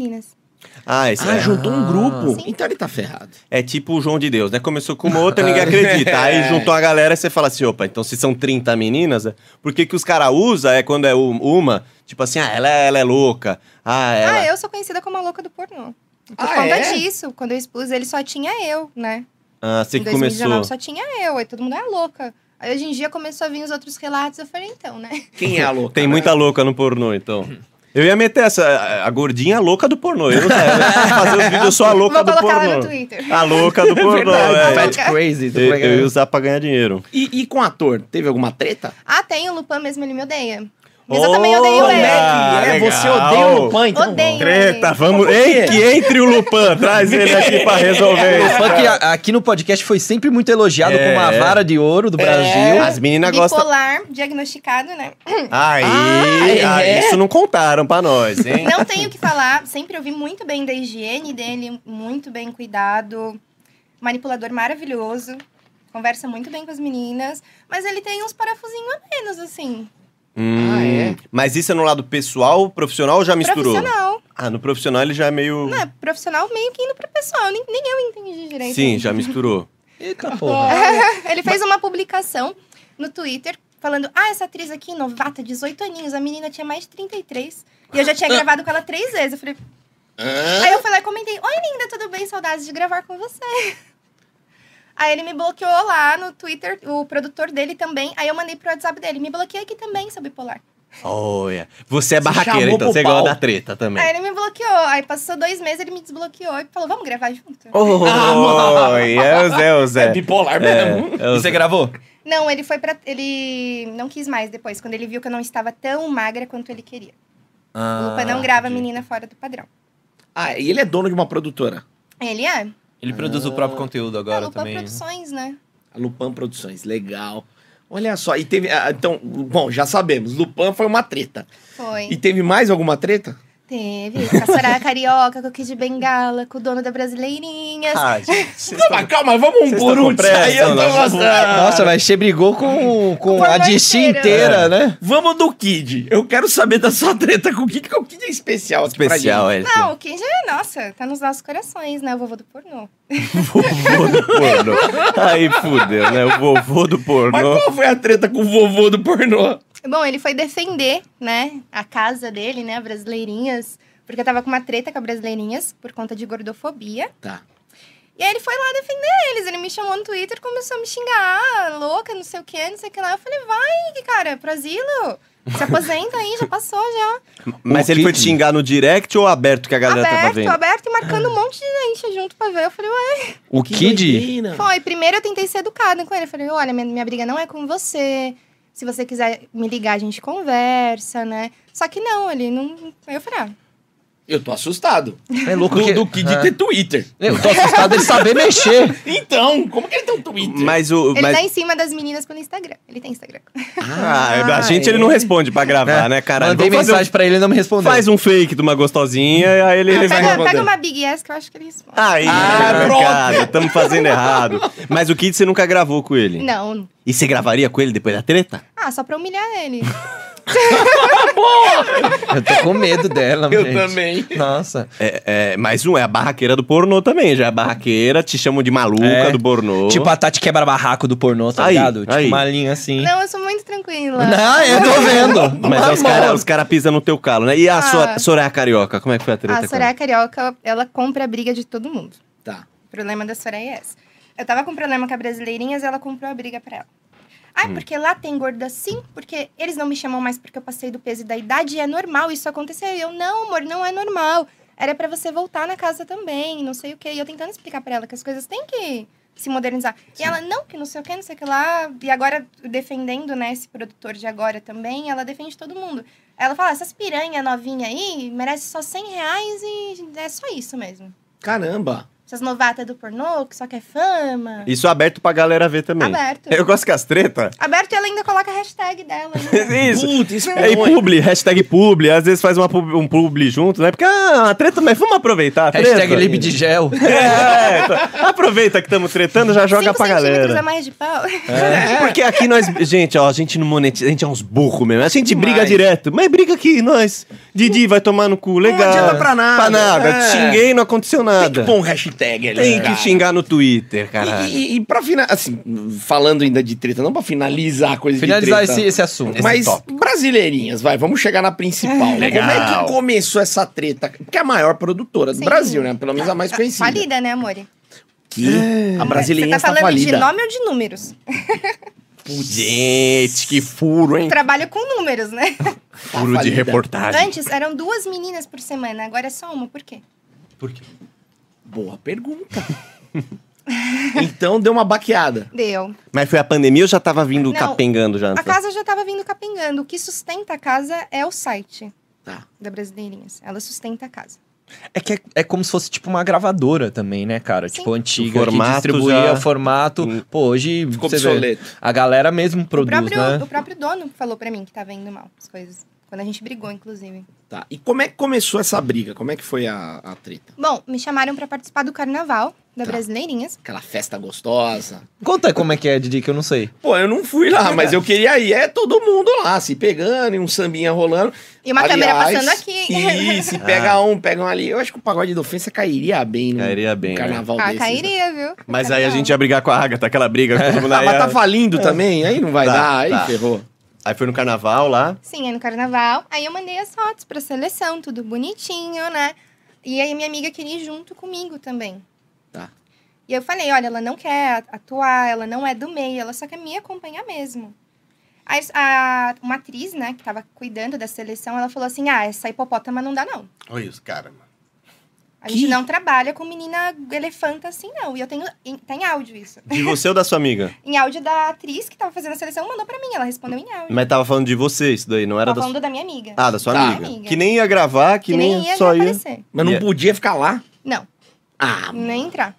Ah, isso Ah, é. juntou um grupo. Sim. Então ele tá ferrado. É tipo o João de Deus, né? Começou com uma outra, ninguém acredita. Aí juntou a galera e você fala assim, opa, então se são 30 meninas, é, por que que os caras usam é quando é um- uma, tipo assim, ah, ela, ela é louca, ah, ela... Ah, eu sou conhecida como a louca do pornô. Por Ah, conta é? disso, quando eu expus, ele só tinha eu, né? Ah, você em que 2019 começou. só tinha eu, aí todo mundo é louca. Aí hoje em dia começou a vir os outros relatos, eu falei, então, né? Quem é a louca? Tem né? muita louca no pornô, então. Eu ia meter essa, a- a gordinha louca do pornô. Eu, eu fazer os vídeos só a louca Vou do colocar lá pornô. no Twitter. A louca do pornô, Ah, é. Fat Crazy. tu Eu, pega- eu ia usar pra ganhar dinheiro. E, e com ator? Teve alguma treta? Ah, tem o Lupan mesmo, ele me odeia. Mas eu também odeio Olha! ele. Ah, é, legal. você odeia o Lupan, então? Odeio Treta, ele. vamos. Ei, que entre o Lupan, traz ele aqui pra resolver isso. Funk a- aqui no podcast foi sempre muito elogiado É. como a vara de ouro do Brasil. As meninas gostam. É. Bipolar, diagnosticado, né? Aí, Ah, aí, é? isso não contaram pra nós, hein? Não tenho o que falar. Sempre ouvi muito bem da higiene dele, muito bem cuidado. Manipulador maravilhoso. Conversa muito bem com as meninas. Mas ele tem uns parafusinhos a menos, assim. Hum, Ah, é? Mas isso é no lado pessoal, profissional ou já misturou? Profissional. Ah, no profissional ele já é meio. Não, é profissional meio que indo pro pessoal. Nem, nem eu entendi direito. Sim, já misturou. Eita É porra. Ele fez uma publicação no Twitter falando: Ah, essa atriz aqui, novata, 18 aninhos, a menina tinha mais de 33. E eu já Ah. tinha gravado com ela três vezes. Eu falei. Aí eu fui lá e comentei: Oi, linda, tudo bem? Saudades de gravar com você. Aí ele me bloqueou lá no Twitter, o produtor dele também. Aí eu mandei pro WhatsApp dele: Me bloqueei aqui também, seu bipolar. Olha. Você é barraqueiro, chamou então pro você pau. gosta da treta também. Aí ele me bloqueou. Aí passou dois meses, ele me desbloqueou e falou: Vamos gravar junto? Oh, é o Zé, o Zé. Ah, bipolar É, é o Você gravou? Não, ele foi pra. Ele não quis mais depois, quando ele viu que eu não estava tão magra quanto ele queria. Ah, O Lupa não grava menina fora do padrão. Ah, e ele é dono de uma produtora. Ele é. Ele produz o próprio conteúdo a agora Lupa também. né? Produções, né? A Lupan Produções, legal. Olha só, e teve. ah, Então, bom, já sabemos, Lupan foi uma treta. Foi. E teve mais alguma treta? Teve. Com a Soraya Carioca, com o Kid Bengala, com o dono da Brasileirinhas. Ah, gente. Calma, calma, vamos um Vocês por estão um. com isso aí eu pressa, né? tô não? gostando. Nossa, mas você brigou com, com Com a a DC inteira. inteira, né? Vamos do Kid. Eu quero saber da sua treta com o Kid, porque o Kid é especial. aqui pra Especial, é. Não, o Kid é, nossa, tá nos nossos corações, né? O vovô do pornô. Vovô do pornô. Aí fudeu, né? O vovô do gente. Mas pornô. qual foi a treta com o vovô do pornô? Bom, ele foi defender, né, a casa dele, né, a Brasileirinhas, porque eu tava com uma treta com a Brasileirinhas por conta de gordofobia. Tá. E aí ele foi lá defender eles, ele me chamou no Twitter, começou a me xingar, ah, louca, não sei o que, não sei o que lá. Eu falei, vai, cara, pro asilo, se aposenta aí, já passou, já. Mas ele foi te xingar no direct ou aberto que a galera tava aberto, vendo? aberto e marcando um monte de gente junto pra ver. Eu falei, ué, O Kid. doideira. foi. Primeiro eu tentei ser educada com ele. Eu falei, olha, minha, minha briga não é com você. Se você quiser me ligar, a gente conversa, né? Só que não, ele não. Aí eu falei, ah, Eu tô assustado. É louco Do, que... do Kid Ah. ter Twitter. Eu tô assustado dele saber mexer. Então, como que ele tem um Twitter? Mas o. ele Mas... tá em cima das meninas pelo Instagram. Ele tem Instagram. Ah, a gente ele não responde pra gravar, né, caralho? É. Mandei Vamos fazer um- mensagem pra ele e não me respondeu. Faz um fake de uma gostosinha e aí ele, ele vai. pega, responder. pega uma Big S que eu acho que ele responde. Aí, Ah, pronto. Estamos fazendo errado. Mas o Kid você nunca gravou com ele. Não. E você gravaria com ele depois da treta? Ah, só pra humilhar ele. Eu tô com medo dela, Eu gente. também. Nossa. É, é, mas não é a barraqueira do pornô também, já é barraqueira, te chamam de maluca É. do pornô. Tipo a Tati quebra barraco do pornô, tá Aí, ligado? Tipo aí. uma linha assim. não, eu sou muito tranquila. Não, eu tô vendo. Mas aí os Amor. caras os cara pisam no teu calo, né? E a Ah. Sora- Soraya Carioca, como é que foi a treta? A Soraya Carioca, ela compra a briga de todo mundo. Tá. O problema da Soraya é esse. Eu tava com um problema com a Brasileirinhas ela comprou a briga pra ela. Ai, porque lá tem gorda sim, porque eles não me chamam mais porque eu passei do peso e da idade e é normal isso acontecer. E Eu, não, amor, não é normal. Era pra você voltar na casa também, não sei o quê. E eu tentando explicar pra ela que as coisas têm que se modernizar. E ela, não, que não sei o quê, não sei o que lá. E agora, defendendo, né, esse produtor de agora também, ela defende todo mundo. Ela fala, "Ah, essas piranha novinha aí merece só 100 reais e é só isso mesmo. Caramba. Essas novatas do pornô, que só quer fama. Isso aberto pra galera ver também. Aberto. Eu gosto que as treta. Aberto e ela ainda coloca a hashtag dela. Né? Isso. Puta, isso É, é e ruim. publi, hashtag publi. Às vezes faz uma pub- um publi junto, né? Porque, ah, a treta, mas vamos aproveitar a treta. Hashtag lib de gel. É, tá. aproveita que estamos tretando, já joga Cinco pra centímetros a galera. É. mais de pau. É, Porque aqui nós. Gente, ó, a gente não monetiza, a gente é uns burros mesmo. A gente Demais. briga direto, mas briga aqui, nós. Didi vai tomar no cu, legal. adianta pra nada. Pra nada. É. Xinguei, não aconteceu Tem que nada. pôr um hashtag ali. Tem que cara. xingar no Twitter, E, caralho. e, e pra finalizar, assim, falando ainda de treta, não pra finalizar a coisa Finalizar de treta. esse, esse assunto. Mas tópico. brasileirinhas, vai, vamos chegar na principal. Como é Legal. que começou essa treta? Porque é a maior produtora do Sim. Brasil, né? Pelo menos a mais conhecida. Falida, né, amor? Que a Você brasileirinha tá está falando de falida. nome ou de números? Gente, que furo, hein? Um Trabalho com números, né? Furo de Tá falida. reportagem. Antes eram duas meninas por semana, agora é só uma. Por quê? Por quê? Boa pergunta. então deu uma baqueada. Deu. Mas foi a pandemia ou já tava vindo Não, capengando já? A casa já tava vindo capengando. O que sustenta a casa é o site Tá. da Brasileirinhas. Ela sustenta a casa. É que é, é como se fosse tipo uma gravadora também, né, cara? Sim. Tipo, antiga, O que formato distribuía já- o formato. Hum. Pô, hoje Ficou você vê, obsoleto. a galera mesmo o, produz, próprio, né? o próprio dono falou pra mim que tava indo mal as coisas. Quando a gente brigou, inclusive. Tá. E como é que começou essa briga? Como é que foi a, a treta? Bom, me chamaram pra participar do carnaval da Tá. Brasileirinhas. Aquela festa gostosa. Conta como é que é, Didi, que eu não sei. Pô, eu não fui lá, mas eu queria ir. É todo mundo lá, se pegando e um sambinha rolando. E uma câmera passando aqui. Ah. E se pega um, pega um ali. Eu acho que o pagode do ofensa cairia bem, né? Cairia bem, Um né? carnaval ah, desses, né? cairia, um. viu? Mas aí a Não. gente ia brigar com a Agatha, aquela briga. todo mundo Ah, aí, mas tá ah, É. falindo também, aí não vai Tá, dar, aí tá. ferrou. Aí foi no carnaval lá. Sim, aí no carnaval. Aí eu mandei as fotos pra seleção, tudo bonitinho, né? E aí minha amiga queria ir junto comigo também. Tá. E eu falei, olha, ela não quer atuar, ela não é do meio, ela só quer me acompanhar mesmo. Aí a, uma atriz, né, que tava cuidando da seleção, ela falou assim, ah, essa hipopótama não dá não. Olha isso, cara, mano. A Que? gente não trabalha com menina elefanta assim não. E eu tenho, em, tá em áudio isso. De você ou da sua amiga? Em áudio da atriz que tava fazendo a seleção, mandou pra mim, ela respondeu em áudio. Mas tava falando de você isso daí, não era Tava da falando sua... da minha amiga. Ah, da sua Tá. amiga. Amiga. Que nem ia gravar, que, nem, ia só ia... aparecer. Mas não Yeah. podia ficar lá? Não, Ah, nem entrar.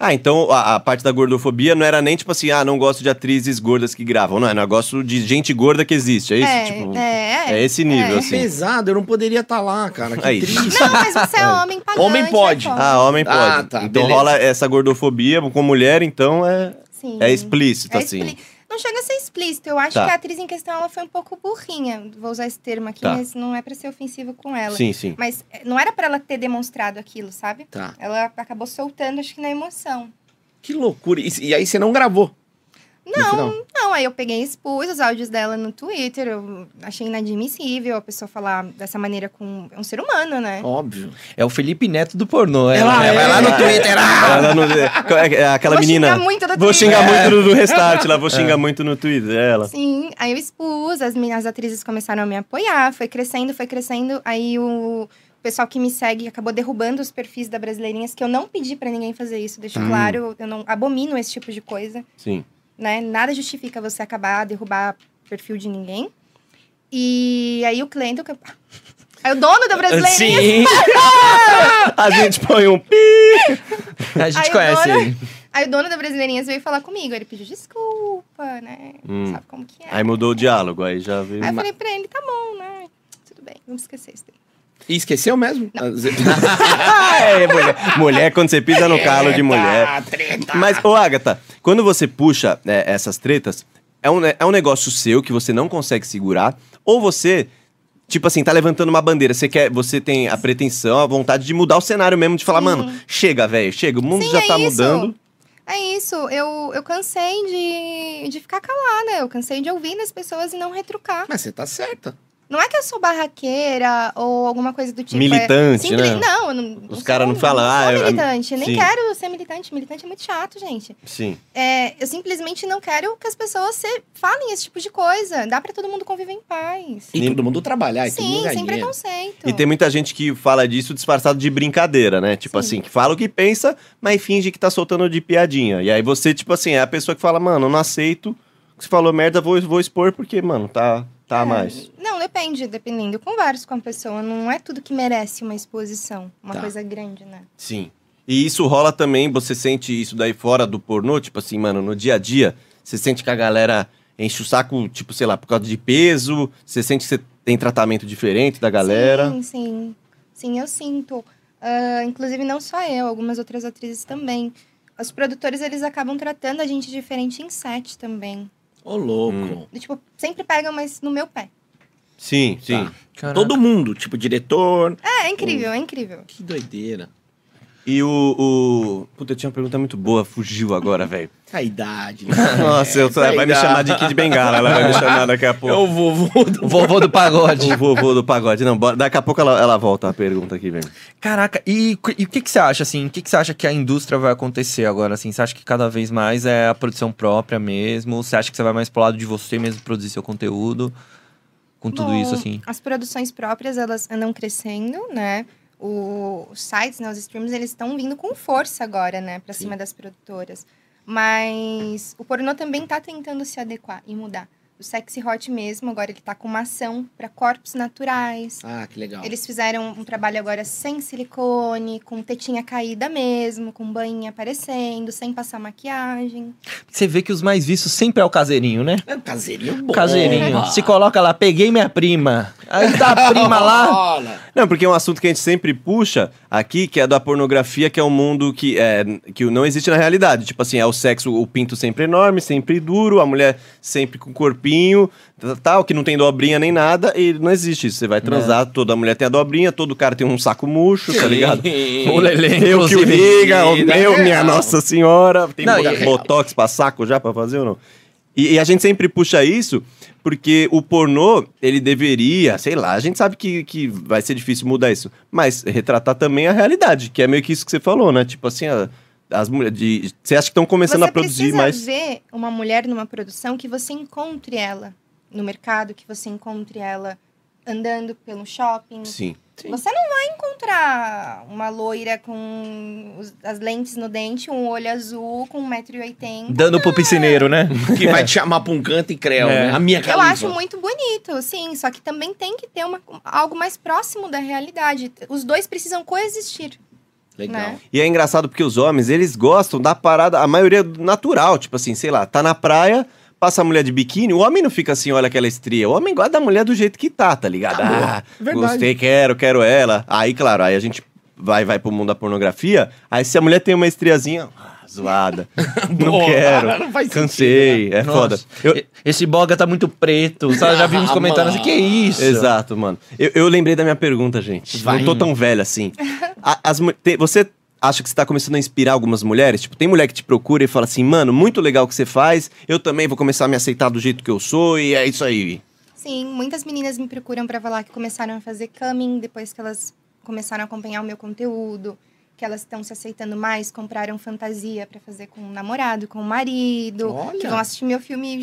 Ah, então a, a parte da gordofobia não era nem tipo assim, ah, não gosto de atrizes gordas que gravam. Não, é negócio de gente gorda que existe, é isso? É, tipo, é, é esse nível, é. que assim. pesado, eu não poderia estar lá, cara. Que Aí. triste. Não, mas você é homem pagante. Homem pode. é foda. Ah, homem pode. Ah, tá, então beleza. rola essa gordofobia com mulher, então é, Sim. é explícito, É assim. expli- Não chega a ser explícito. Eu acho Tá. que a atriz em questão ela foi um pouco burrinha. Vou usar esse termo aqui, Tá. mas não é pra ser ofensivo com ela. Sim, sim. Mas eh, não era pra ela ter demonstrado aquilo, sabe? Tá. Ela acabou soltando, acho que na emoção. Que loucura. E, e aí você não gravou? no Não, final? Não, aí eu peguei e expus os áudios dela no Twitter. Eu achei inadmissível a pessoa falar dessa maneira com um ser humano, né? Óbvio. É o Felipe Neto do pornô, é. Ela é, é. vai lá no Twitter. Ah, ela não- é- é aquela Eu vou menina. xingar muito do vou Twitter. xingar muito no restart, É. lá vou xingar muito no Twitter, é ela. Sim, aí eu expus, as minhas atrizes começaram a me apoiar, foi crescendo, foi crescendo. Aí o pessoal que me segue acabou derrubando os perfis da Brasileirinhas, que eu não pedi pra ninguém fazer isso, deixo Hum. Tá. claro, eu não abomino esse tipo de coisa, Sim. né? Nada justifica você acabar, derrubar perfil de ninguém. E aí o cliente... Aí o dono da Brasileirinhas... A gente põe um pi. A gente Aí conhece agora- ele. Aí o dono da Brasileirinhas veio falar comigo, ele pediu desculpa, né? Hum. Sabe como que é. Aí mudou o diálogo, aí já veio. Aí eu falei pra ele, tá bom, né? Tudo bem, vamos esquecer isso daí. E esqueceu mesmo? Ah, é, mulher. mulher, quando você pisa É no calo de mulher. Tá. treta. Mas, ô Agatha, quando você puxa é, essas tretas, é um, ne- é um negócio seu que você não consegue segurar, ou você, tipo assim, tá levantando uma bandeira, você quer, você tem a pretensão, a vontade de mudar o cenário mesmo, de falar, mano, chega, velho, chega, o mundo Sim, já é tá isso. mudando. É isso, eu, eu cansei de, de ficar calada, eu cansei de ouvir das pessoas e não retrucar. Mas você tá certa. Não é que eu sou barraqueira ou alguma coisa do tipo. é Militante, simples- né? Não, eu não, Os caras não sou- falam, ah, Não eu- sou militante, nem sim. quero ser militante. Militante é muito chato, gente. Sim. É, eu simplesmente não quero que as pessoas se- falem esse tipo de coisa. Dá pra todo mundo conviver em paz. E todo mundo é, trabalhar, e todo mundo Sim, ganha sem dinheiro. preconceito. E tem muita gente que fala disso disfarçado de brincadeira, né? Tipo Sim. assim, que fala o que pensa, mas finge que tá soltando de piadinha. E aí você, tipo assim, é a pessoa que fala, mano, eu não aceito. Se falou merda, vou, vou expor porque, mano, tá, tá a É, mais. Não, depende, dependendo. Eu converso com a pessoa, não é tudo que merece uma exposição, uma Tá. coisa grande, né? Sim. E isso rola também, você sente isso daí fora do pornô, tipo assim, mano, no dia a dia, você sente que a galera enche o saco, tipo, sei lá, por causa de peso, você sente que você tem tratamento diferente da galera. Sim, sim. Sim, eu sinto. Ah, inclusive, não só eu, algumas outras atrizes também. Os produtores, eles acabam tratando a gente diferente em set também. Ô, louco. Tá. Hum. Do Tipo, sempre pegam, mas no meu pé. Sim, sim. Tá. Todo mundo, tipo, diretor. É, é incrível, é incrível. Que doideira. E o, o. Puta, eu tinha uma pergunta muito boa, fugiu agora, velho. A idade. né? Nossa, eu, ela vai me chamar de Kid Bengala, ela vai me chamar daqui a pouco. Eu vou, vou. do- O vovô do pagode. O vovô do pagode. Não, bora- daqui a pouco ela, ela volta a pergunta aqui, velho. Caraca, e, cu- e o que, que você acha, assim? O que, que você acha que a indústria vai acontecer agora, assim? Você acha que cada vez mais é a produção própria mesmo? Você acha que você vai mais pro lado de você mesmo produzir seu conteúdo? Com tudo Bom, isso, assim? As produções próprias, elas andam crescendo, né? O, os sites, né, os streams, eles estão vindo com força agora, né? Pra cima das produtoras. Mas o pornô também tá tentando se adequar e mudar. O Sexy Hot mesmo, agora ele tá com uma ação pra corpos naturais. Ah, que legal. Eles fizeram um trabalho agora sem silicone, com tetinha caída mesmo, com banhinha aparecendo, sem passar maquiagem. Você vê que os mais vistos sempre é o caseirinho, né? É um caseirinho O bom. caseirinho. é. Se coloca lá, peguei minha prima. Aí tá a prima lá. Olha. Não, porque é um assunto que a gente sempre puxa aqui, que é da pornografia, que é um mundo que, é, que não existe na realidade. Tipo assim, é o sexo, o pinto sempre enorme, sempre duro, a mulher sempre com corpinho, t- tal, que não tem dobrinha nem nada, e não existe isso. Você vai transar, toda mulher tem a dobrinha, todo cara tem um saco murcho, tá ligado? O Lelê, Eu que o inclusive. diga, o Vida meu, minha real. Nossa Senhora. Tem Não, bo- e- botox pra saco já pra fazer ou não? E, e a gente sempre puxa isso porque o pornô, ele deveria, sei lá, a gente sabe que, que vai ser difícil mudar isso, mas retratar também a realidade, que é meio que isso que você falou, né? Tipo assim, a- as mulheres. de- Você acha que estão começando você a produzir precisa mais. ver uma mulher numa produção que você encontre ela no mercado, que você encontre ela andando pelo shopping. Sim. Você não vai encontrar uma loira com os- as lentes no dente, um olho azul com 1,80m. Dando pro piscineiro, né? Que vai te chamar pra um canto e creu, É. né? A minha Eu Khalifa. acho muito bonito, sim, só que também tem que ter uma, algo mais próximo da realidade. Os dois precisam coexistir. Legal. né? E é engraçado porque os homens, eles gostam da parada, a maioria do natural, tipo assim, sei lá, tá na praia, passa a mulher de biquíni, o homem não fica assim, olha aquela estria. O homem gosta da mulher do jeito que tá, tá ligado? ah, Verdade. gostei, quero, quero ela. Aí, claro, aí a gente vai vai pro mundo da pornografia, aí se a mulher tem uma estriazinha, ah, zoada. não Boa. quero. Não faz né? Cansei, é Nossa, foda. Eu- e- Esse boga tá muito preto. Sabe? Já vimos Ah, comentando assim, mano. que isso? Exato, mano. Eu, eu lembrei da minha pergunta, gente. Vai. Não tô tão velho assim. A- as mu- te- você acha que você tá começando a inspirar algumas mulheres? Tipo, tem mulher que te procura e fala assim, mano, muito legal o que você faz, eu também vou começar a me aceitar do jeito que eu sou e é isso aí. Sim, muitas meninas me procuram pra falar que começaram a fazer coming depois que elas começaram a acompanhar o meu conteúdo, que elas estão se aceitando mais, compraram fantasia pra fazer com o namorado, com o marido, que Olha. vão assistir meu filme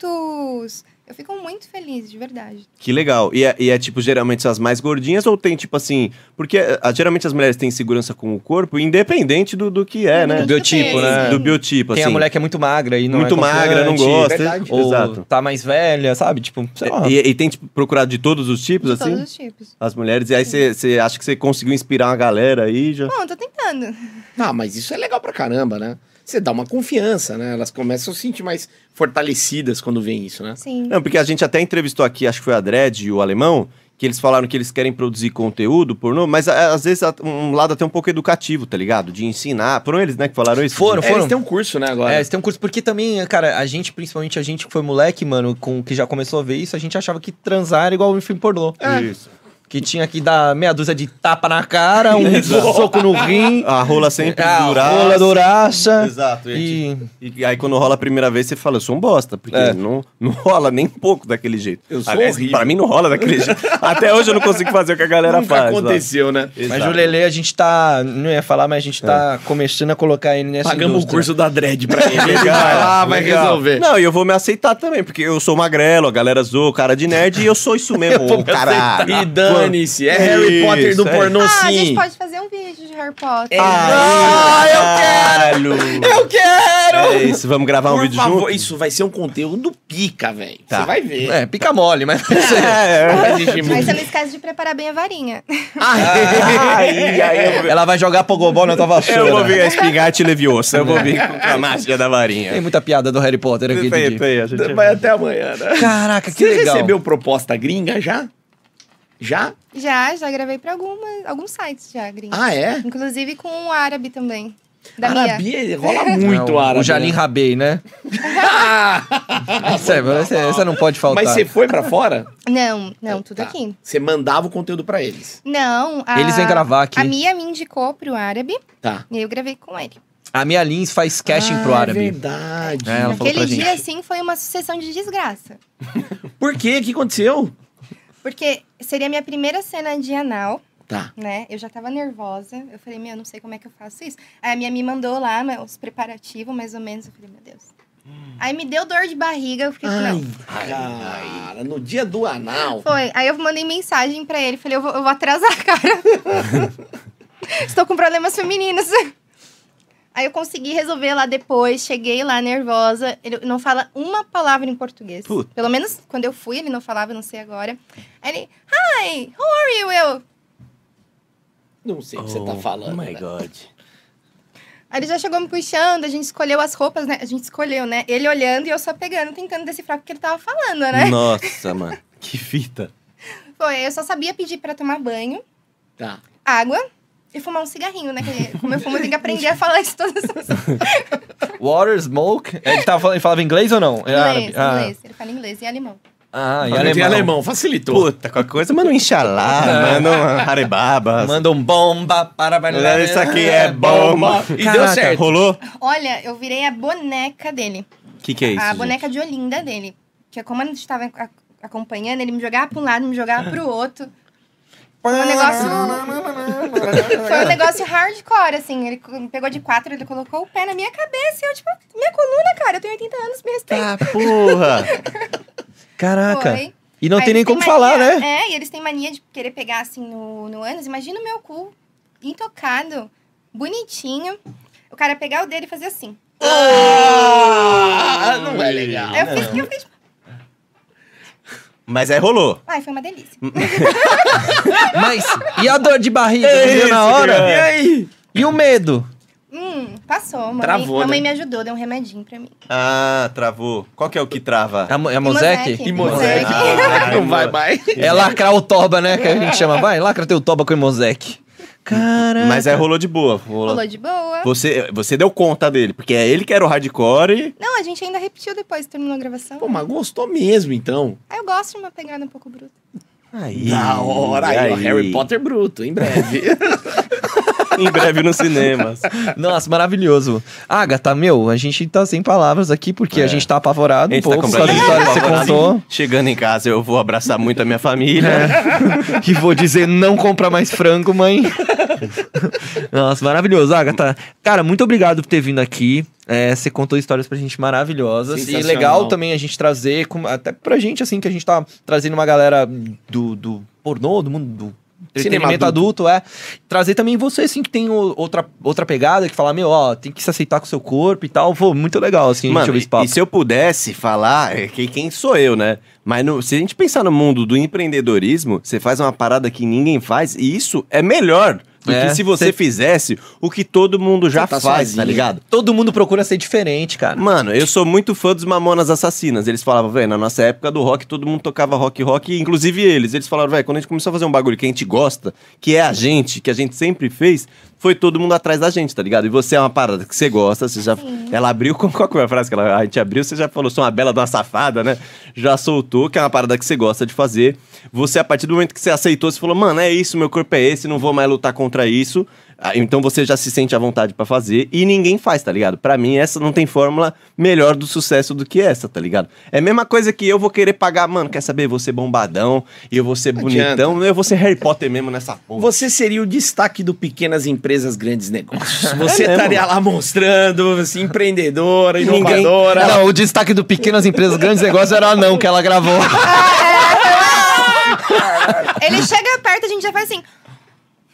juntos. Eu fico muito feliz, de verdade. Que legal. E é, e é, tipo, geralmente são as mais gordinhas ou tem, tipo assim... Porque ah, geralmente as mulheres têm segurança com o corpo, independente do, do que é, né? Do biotipo, né? Do biotipo, Tem assim. a mulher que é muito magra e não muito é magra, não confiante, gosta. verdade. Ou Exato. tá mais velha, sabe? Tipo, sei lá. E, e tem tipo, procurado de todos os Tipo tipos, De assim? todos os tipos. As mulheres, e aí você acha que você conseguiu inspirar uma galera aí já. Bom, eu tô tentando. Ah, mas isso é legal pra caramba, né? Você dá uma confiança, né? Elas começam a se sentir mais fortalecidas quando veem isso, né? Sim. Não, porque a gente até entrevistou aqui, acho que foi a Dredd e o Alemão, que eles falaram que eles querem produzir conteúdo pornô, mas a- às vezes a- um lado até um pouco educativo, tá ligado? De ensinar. Foram eles, né, que falaram isso? Foram, É, eles têm um curso, né, agora? É, você tem um curso, porque também, cara, a gente, principalmente a gente que foi moleque, mano, com que já começou a ver isso, a gente achava que transar era igual um filme pornô. Isso. Que tinha que dar meia dúzia de tapa na cara, um Exato. soco no rim, É, A rola sempre a duraça. rola duraça. Exato. E... E e aí quando rola a primeira vez, você fala, eu sou um bosta, porque É. não, não rola nem um pouco daquele jeito. Eu sou horrível. pra mim não rola daquele jeito. Até hoje eu não consigo fazer o que a galera Nunca faz. lá. aconteceu, né? Exato. É. Mas o Lele, a gente tá. Não ia falar, mas a gente tá começando a colocar ele nessa. Pagamos o indústria. curso da Dread pra ele. Ele vai lá, vai Legal. resolver. Não, e eu vou me aceitar também, porque eu sou magrelo, a galera zoou, cara de nerd, e eu sou isso mesmo, vou me caralho. tá. E dane-se, é Harry Isso, Potter do é. pornô Ah, a sim. gente pode fazer um vídeo. vídeo de Harry Potter. Ah, eu quero! Eu quero! É isso, vamos gravar um Por vídeo favor, junto? Isso vai ser um conteúdo pica, velho. Você Tá. vai ver. É, pica mole, mas. É, Vai exigir Mas muito. você não esquece de preparar bem a varinha. Ai, ai, eu, Ela vai jogar Pogobol na tua vassoura. eu vou ver a espingate leviosa, eu vou vir com a mágica da Tem varinha. muita piada do Harry Potter aqui. Didi. aí, a gente... Vai até amanhã, né? Caraca, que Você legal. recebeu proposta gringa já? Já? Já, já gravei pra algumas, alguns sites já, gringos. Ah, é? Inclusive com o árabe também. Da Mia. Arabia, rola muito É, o, árabe. O Jalim né? Ah, Rabei, né? Essa, essa- essa não pode faltar. Mas você foi pra fora? Não, Então não, tudo Tá. aqui. Você mandava o conteúdo pra eles. Não, a, Eles vêm gravar aqui. A Mia me indicou pro árabe Tá. e eu gravei com ele. A Mia Lins faz casting Ah, pro É árabe. verdade. É, ela falou pra Aquele dia, gente. assim, foi uma sucessão de desgraça. Por quê? O que aconteceu? Porque seria a minha primeira cena de anal, Tá. né? Eu já tava nervosa. Eu falei, meu, eu não sei como é que eu faço isso. Aí a minha me mandou lá né, os preparativos, mais ou menos. Eu falei, meu Deus. Hum. Aí me deu dor de barriga, eu fiquei, Ai, não. cara, no dia do anal. Foi. Aí eu mandei mensagem pra ele, falei, eu vou, eu vou atrasar, cara. Estou com problemas femininos. Aí eu consegui resolver lá depois, cheguei lá nervosa. Ele não fala uma palavra em português. Puta. Pelo menos quando eu fui, ele não falava, não sei agora. Aí ele, hi, how are you? Eu. Não sei o que você tá falando. Oh my né? God. Aí ele já chegou me puxando, a gente escolheu as roupas, né? A gente escolheu, né? Ele olhando e eu só pegando, tentando decifrar o que ele tava falando, né? Nossa, mano, que fita. Foi, eu só sabia pedir pra tomar banho. Tá. água e fumar um cigarrinho, né? Que Como eu fumo, eu tenho que aprender a falar isso todas as Water, smoke. É, Ele, tava falando, ele falava inglês ou não? É árabe. inglês, ah. inglês. Ele fala inglês e alemão. Ah, e Falei alemão. em alemão, facilitou. Puta, qualquer coisa, manda um inxalá, manda um arebaba. Manda um bomba para... Isso aqui é bomba. E deu Caraca, certo. Rolou? Olha, eu virei a boneca dele. O que, que é isso? a gente? boneca de Olinda dele. Que é como a gente tava ac- acompanhando, ele me jogava pra um lado, me jogava pro outro. Foi um negócio... Foi um negócio hardcore, assim. Ele co- me pegou de quatro, ele colocou o pé na minha cabeça. E eu, tipo, minha coluna, cara. Eu tenho 80 anos, me respeita. Ah, porra! Caraca. Foi. E não Aí tem nem Ah, eles têm como falar, mania- né? É, e eles têm mania de querer pegar assim no, no ânus. Imagina o meu cu intocado, bonitinho. O cara pegar o dele e fazer assim. Ah, não é legal. Aí eu fiz que eu fiz. Mas é aí rolou. Ai, foi uma delícia. Hum. Mas, e a dor de barriga que deu isso, na hora? cara. E aí? E o medo? Hum, passou. Mamãe, Travou, mamãe né? me ajudou, deu um remedinho pra mim. Ah, travou. Qual que é o que trava? A, mo- a Mosec? Mosec. E Mosec. Ah, é não vai mais. É lacrar o toba, né? Que a gente chama. Vai, lacra teu toba com o Mosec. Caraca. Mas é aí rolou de boa. Rolou. Rolou de boa. Você, você deu conta dele, porque é ele que era o hardcore e... Não, a gente ainda repetiu depois, terminou a gravação. Pô, mas gostou mesmo, então. Aí eu gosto de uma pegada um pouco bruta. Aí, Da hora aí, ó, Harry Potter bruto, em breve. Em breve nos cinemas. Nossa, maravilhoso. Agatha, meu, a gente tá sem palavras aqui porque a gente tá apavorado um pouco com as histórias que você É. apavorado. contou. É, Chegando em casa, eu vou abraçar muito a minha família. que vou dizer não comprar mais frango, mãe. Nossa, maravilhoso, Agatha. Cara, muito obrigado por ter vindo aqui. É, você contou histórias pra gente maravilhosas. E Sensacional. legal também a gente trazer, como- até pra gente, assim, que a gente tá trazendo uma galera do, do pornô, do mundo do. Cinema Entretenimento adulto. é. Trazer também você, assim, que tem o- outra, outra pegada, que fala, meu, ó, tem que se aceitar com o seu corpo e tal. Pô, muito legal, assim, a gente Mano, ouvir esse e, papo. e se eu pudesse falar, é, que- quem sou eu, né? Mas no- se a gente pensar no mundo do empreendedorismo, você faz uma parada que ninguém faz, e isso é melhor do É, que se você cê- fizesse o que todo mundo já Você tá faz, sozinho. né? tá ligado? Todo mundo procura ser diferente, cara. Mano, eu sou muito fã dos Mamonas Assassinas. Eles falavam, velho, na nossa época do rock, todo mundo tocava rock, rock, inclusive eles. Eles falaram, velho, quando a gente começou a fazer um bagulho que a gente gosta, que é a gente, que a gente sempre fez, foi todo mundo atrás da gente, tá ligado? E você é uma parada que você gosta, você já. Ela abriu, com qual que foi a frase que ela, a gente abriu? Você já falou, sou uma bela de uma safada, né? Já soltou, que é uma parada que você gosta de fazer. Você, a partir do momento que você aceitou, você falou, mano, é isso, meu corpo é esse, não vou mais lutar contra isso. Ah, Então você já se sente à vontade pra fazer e ninguém faz, tá ligado? Pra mim, essa não tem fórmula melhor do sucesso do que essa, tá ligado? É a mesma coisa que eu vou querer pagar, mano, quer saber? Vou ser bombadão, e eu vou ser adianta. bonitão, eu vou ser Harry Potter mesmo nessa porra. Você seria o destaque do Pequenas Empresas Grandes Negócios. Você mesmo, estaria lá mostrando, assim, empreendedora, inovadora. Não, o destaque do Pequenas Empresas Grandes Negócios era não, que ela gravou. Ele chega perto, a gente já faz assim.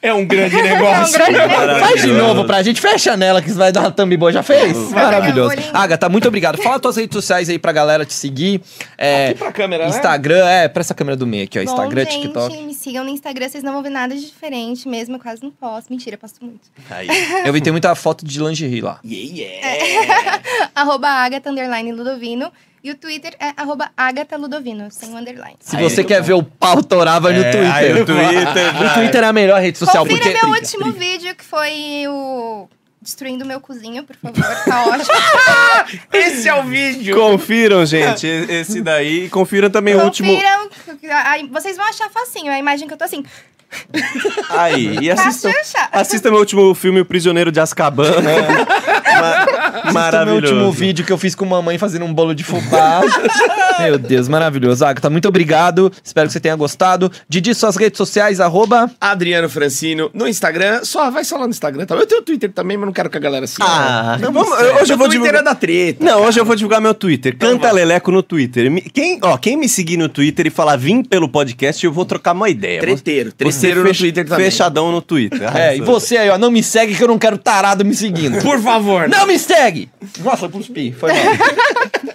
É um grande É um grande negócio. Faz de novo pra gente, fecha nela que isso vai dar uma thumb boa, já fez? Maravilhoso. Olhinho. Agatha, muito obrigado. Fala tuas redes sociais aí pra galera te seguir. É, Aqui pra câmera, né? Instagram, é, pra essa câmera do meio aqui, ó. Instagram, Bom, gente, TikTok. me sigam no Instagram, vocês não vão ver nada de diferente mesmo, eu quase não posto. Mentira, eu posto muito. Aí. Eu vi, tem muita foto de lingerie lá. Yeah, arroba Agatha, underline, Ludovino. E o Twitter é arroba Agatha Ludovino, sem o underline. Se Aí, você muito quer bom. ver o pau torar, vai no É, Twitter. aí o Twitter, o Twitter é a melhor rede social, Confira é porque... é meu último vídeo, que foi o... Destruindo meu cozinho, por favor, tá ótimo. yeah. Esse é o vídeo. Confiram, gente, e- esse daí. E confiram também o último. Confiram, aí vocês vão achar facinho, a imagem que eu tô assim. Aí. E assistam. Fácil de achar. Assista meu último filme, O Prisioneiro de Azkaban. né? Ma- Assista meu Maravilhoso. é último vídeo que eu fiz com mamãe fazendo um bolo de fubá. meu Deus, maravilhoso. Agatha, muito obrigado. Espero que você tenha gostado. Didi, suas redes sociais, arroba... Adriano Francino no Instagram. Só vai só lá no Instagram. Tá? Eu tenho Twitter também, mas não quero que a galera siga. Ah, Não, vamos- sério. hoje eu vou O Twitter divulgar- é da treta. Não, hoje eu vou divulgar meu Twitter. Então Canta Leleco no Twitter. Me- Quem, ó, quem me seguir no Twitter e falar vim pelo podcast, eu vou trocar uma ideia. Treteiro. Vou- Você Treteiro no fech- Twitter também. Fechadão no Twitter. É, e você aí, ó, não me segue que eu não quero tarado me seguindo. Por favor. Não me segue! Nossa, eu cuspi, foi mal.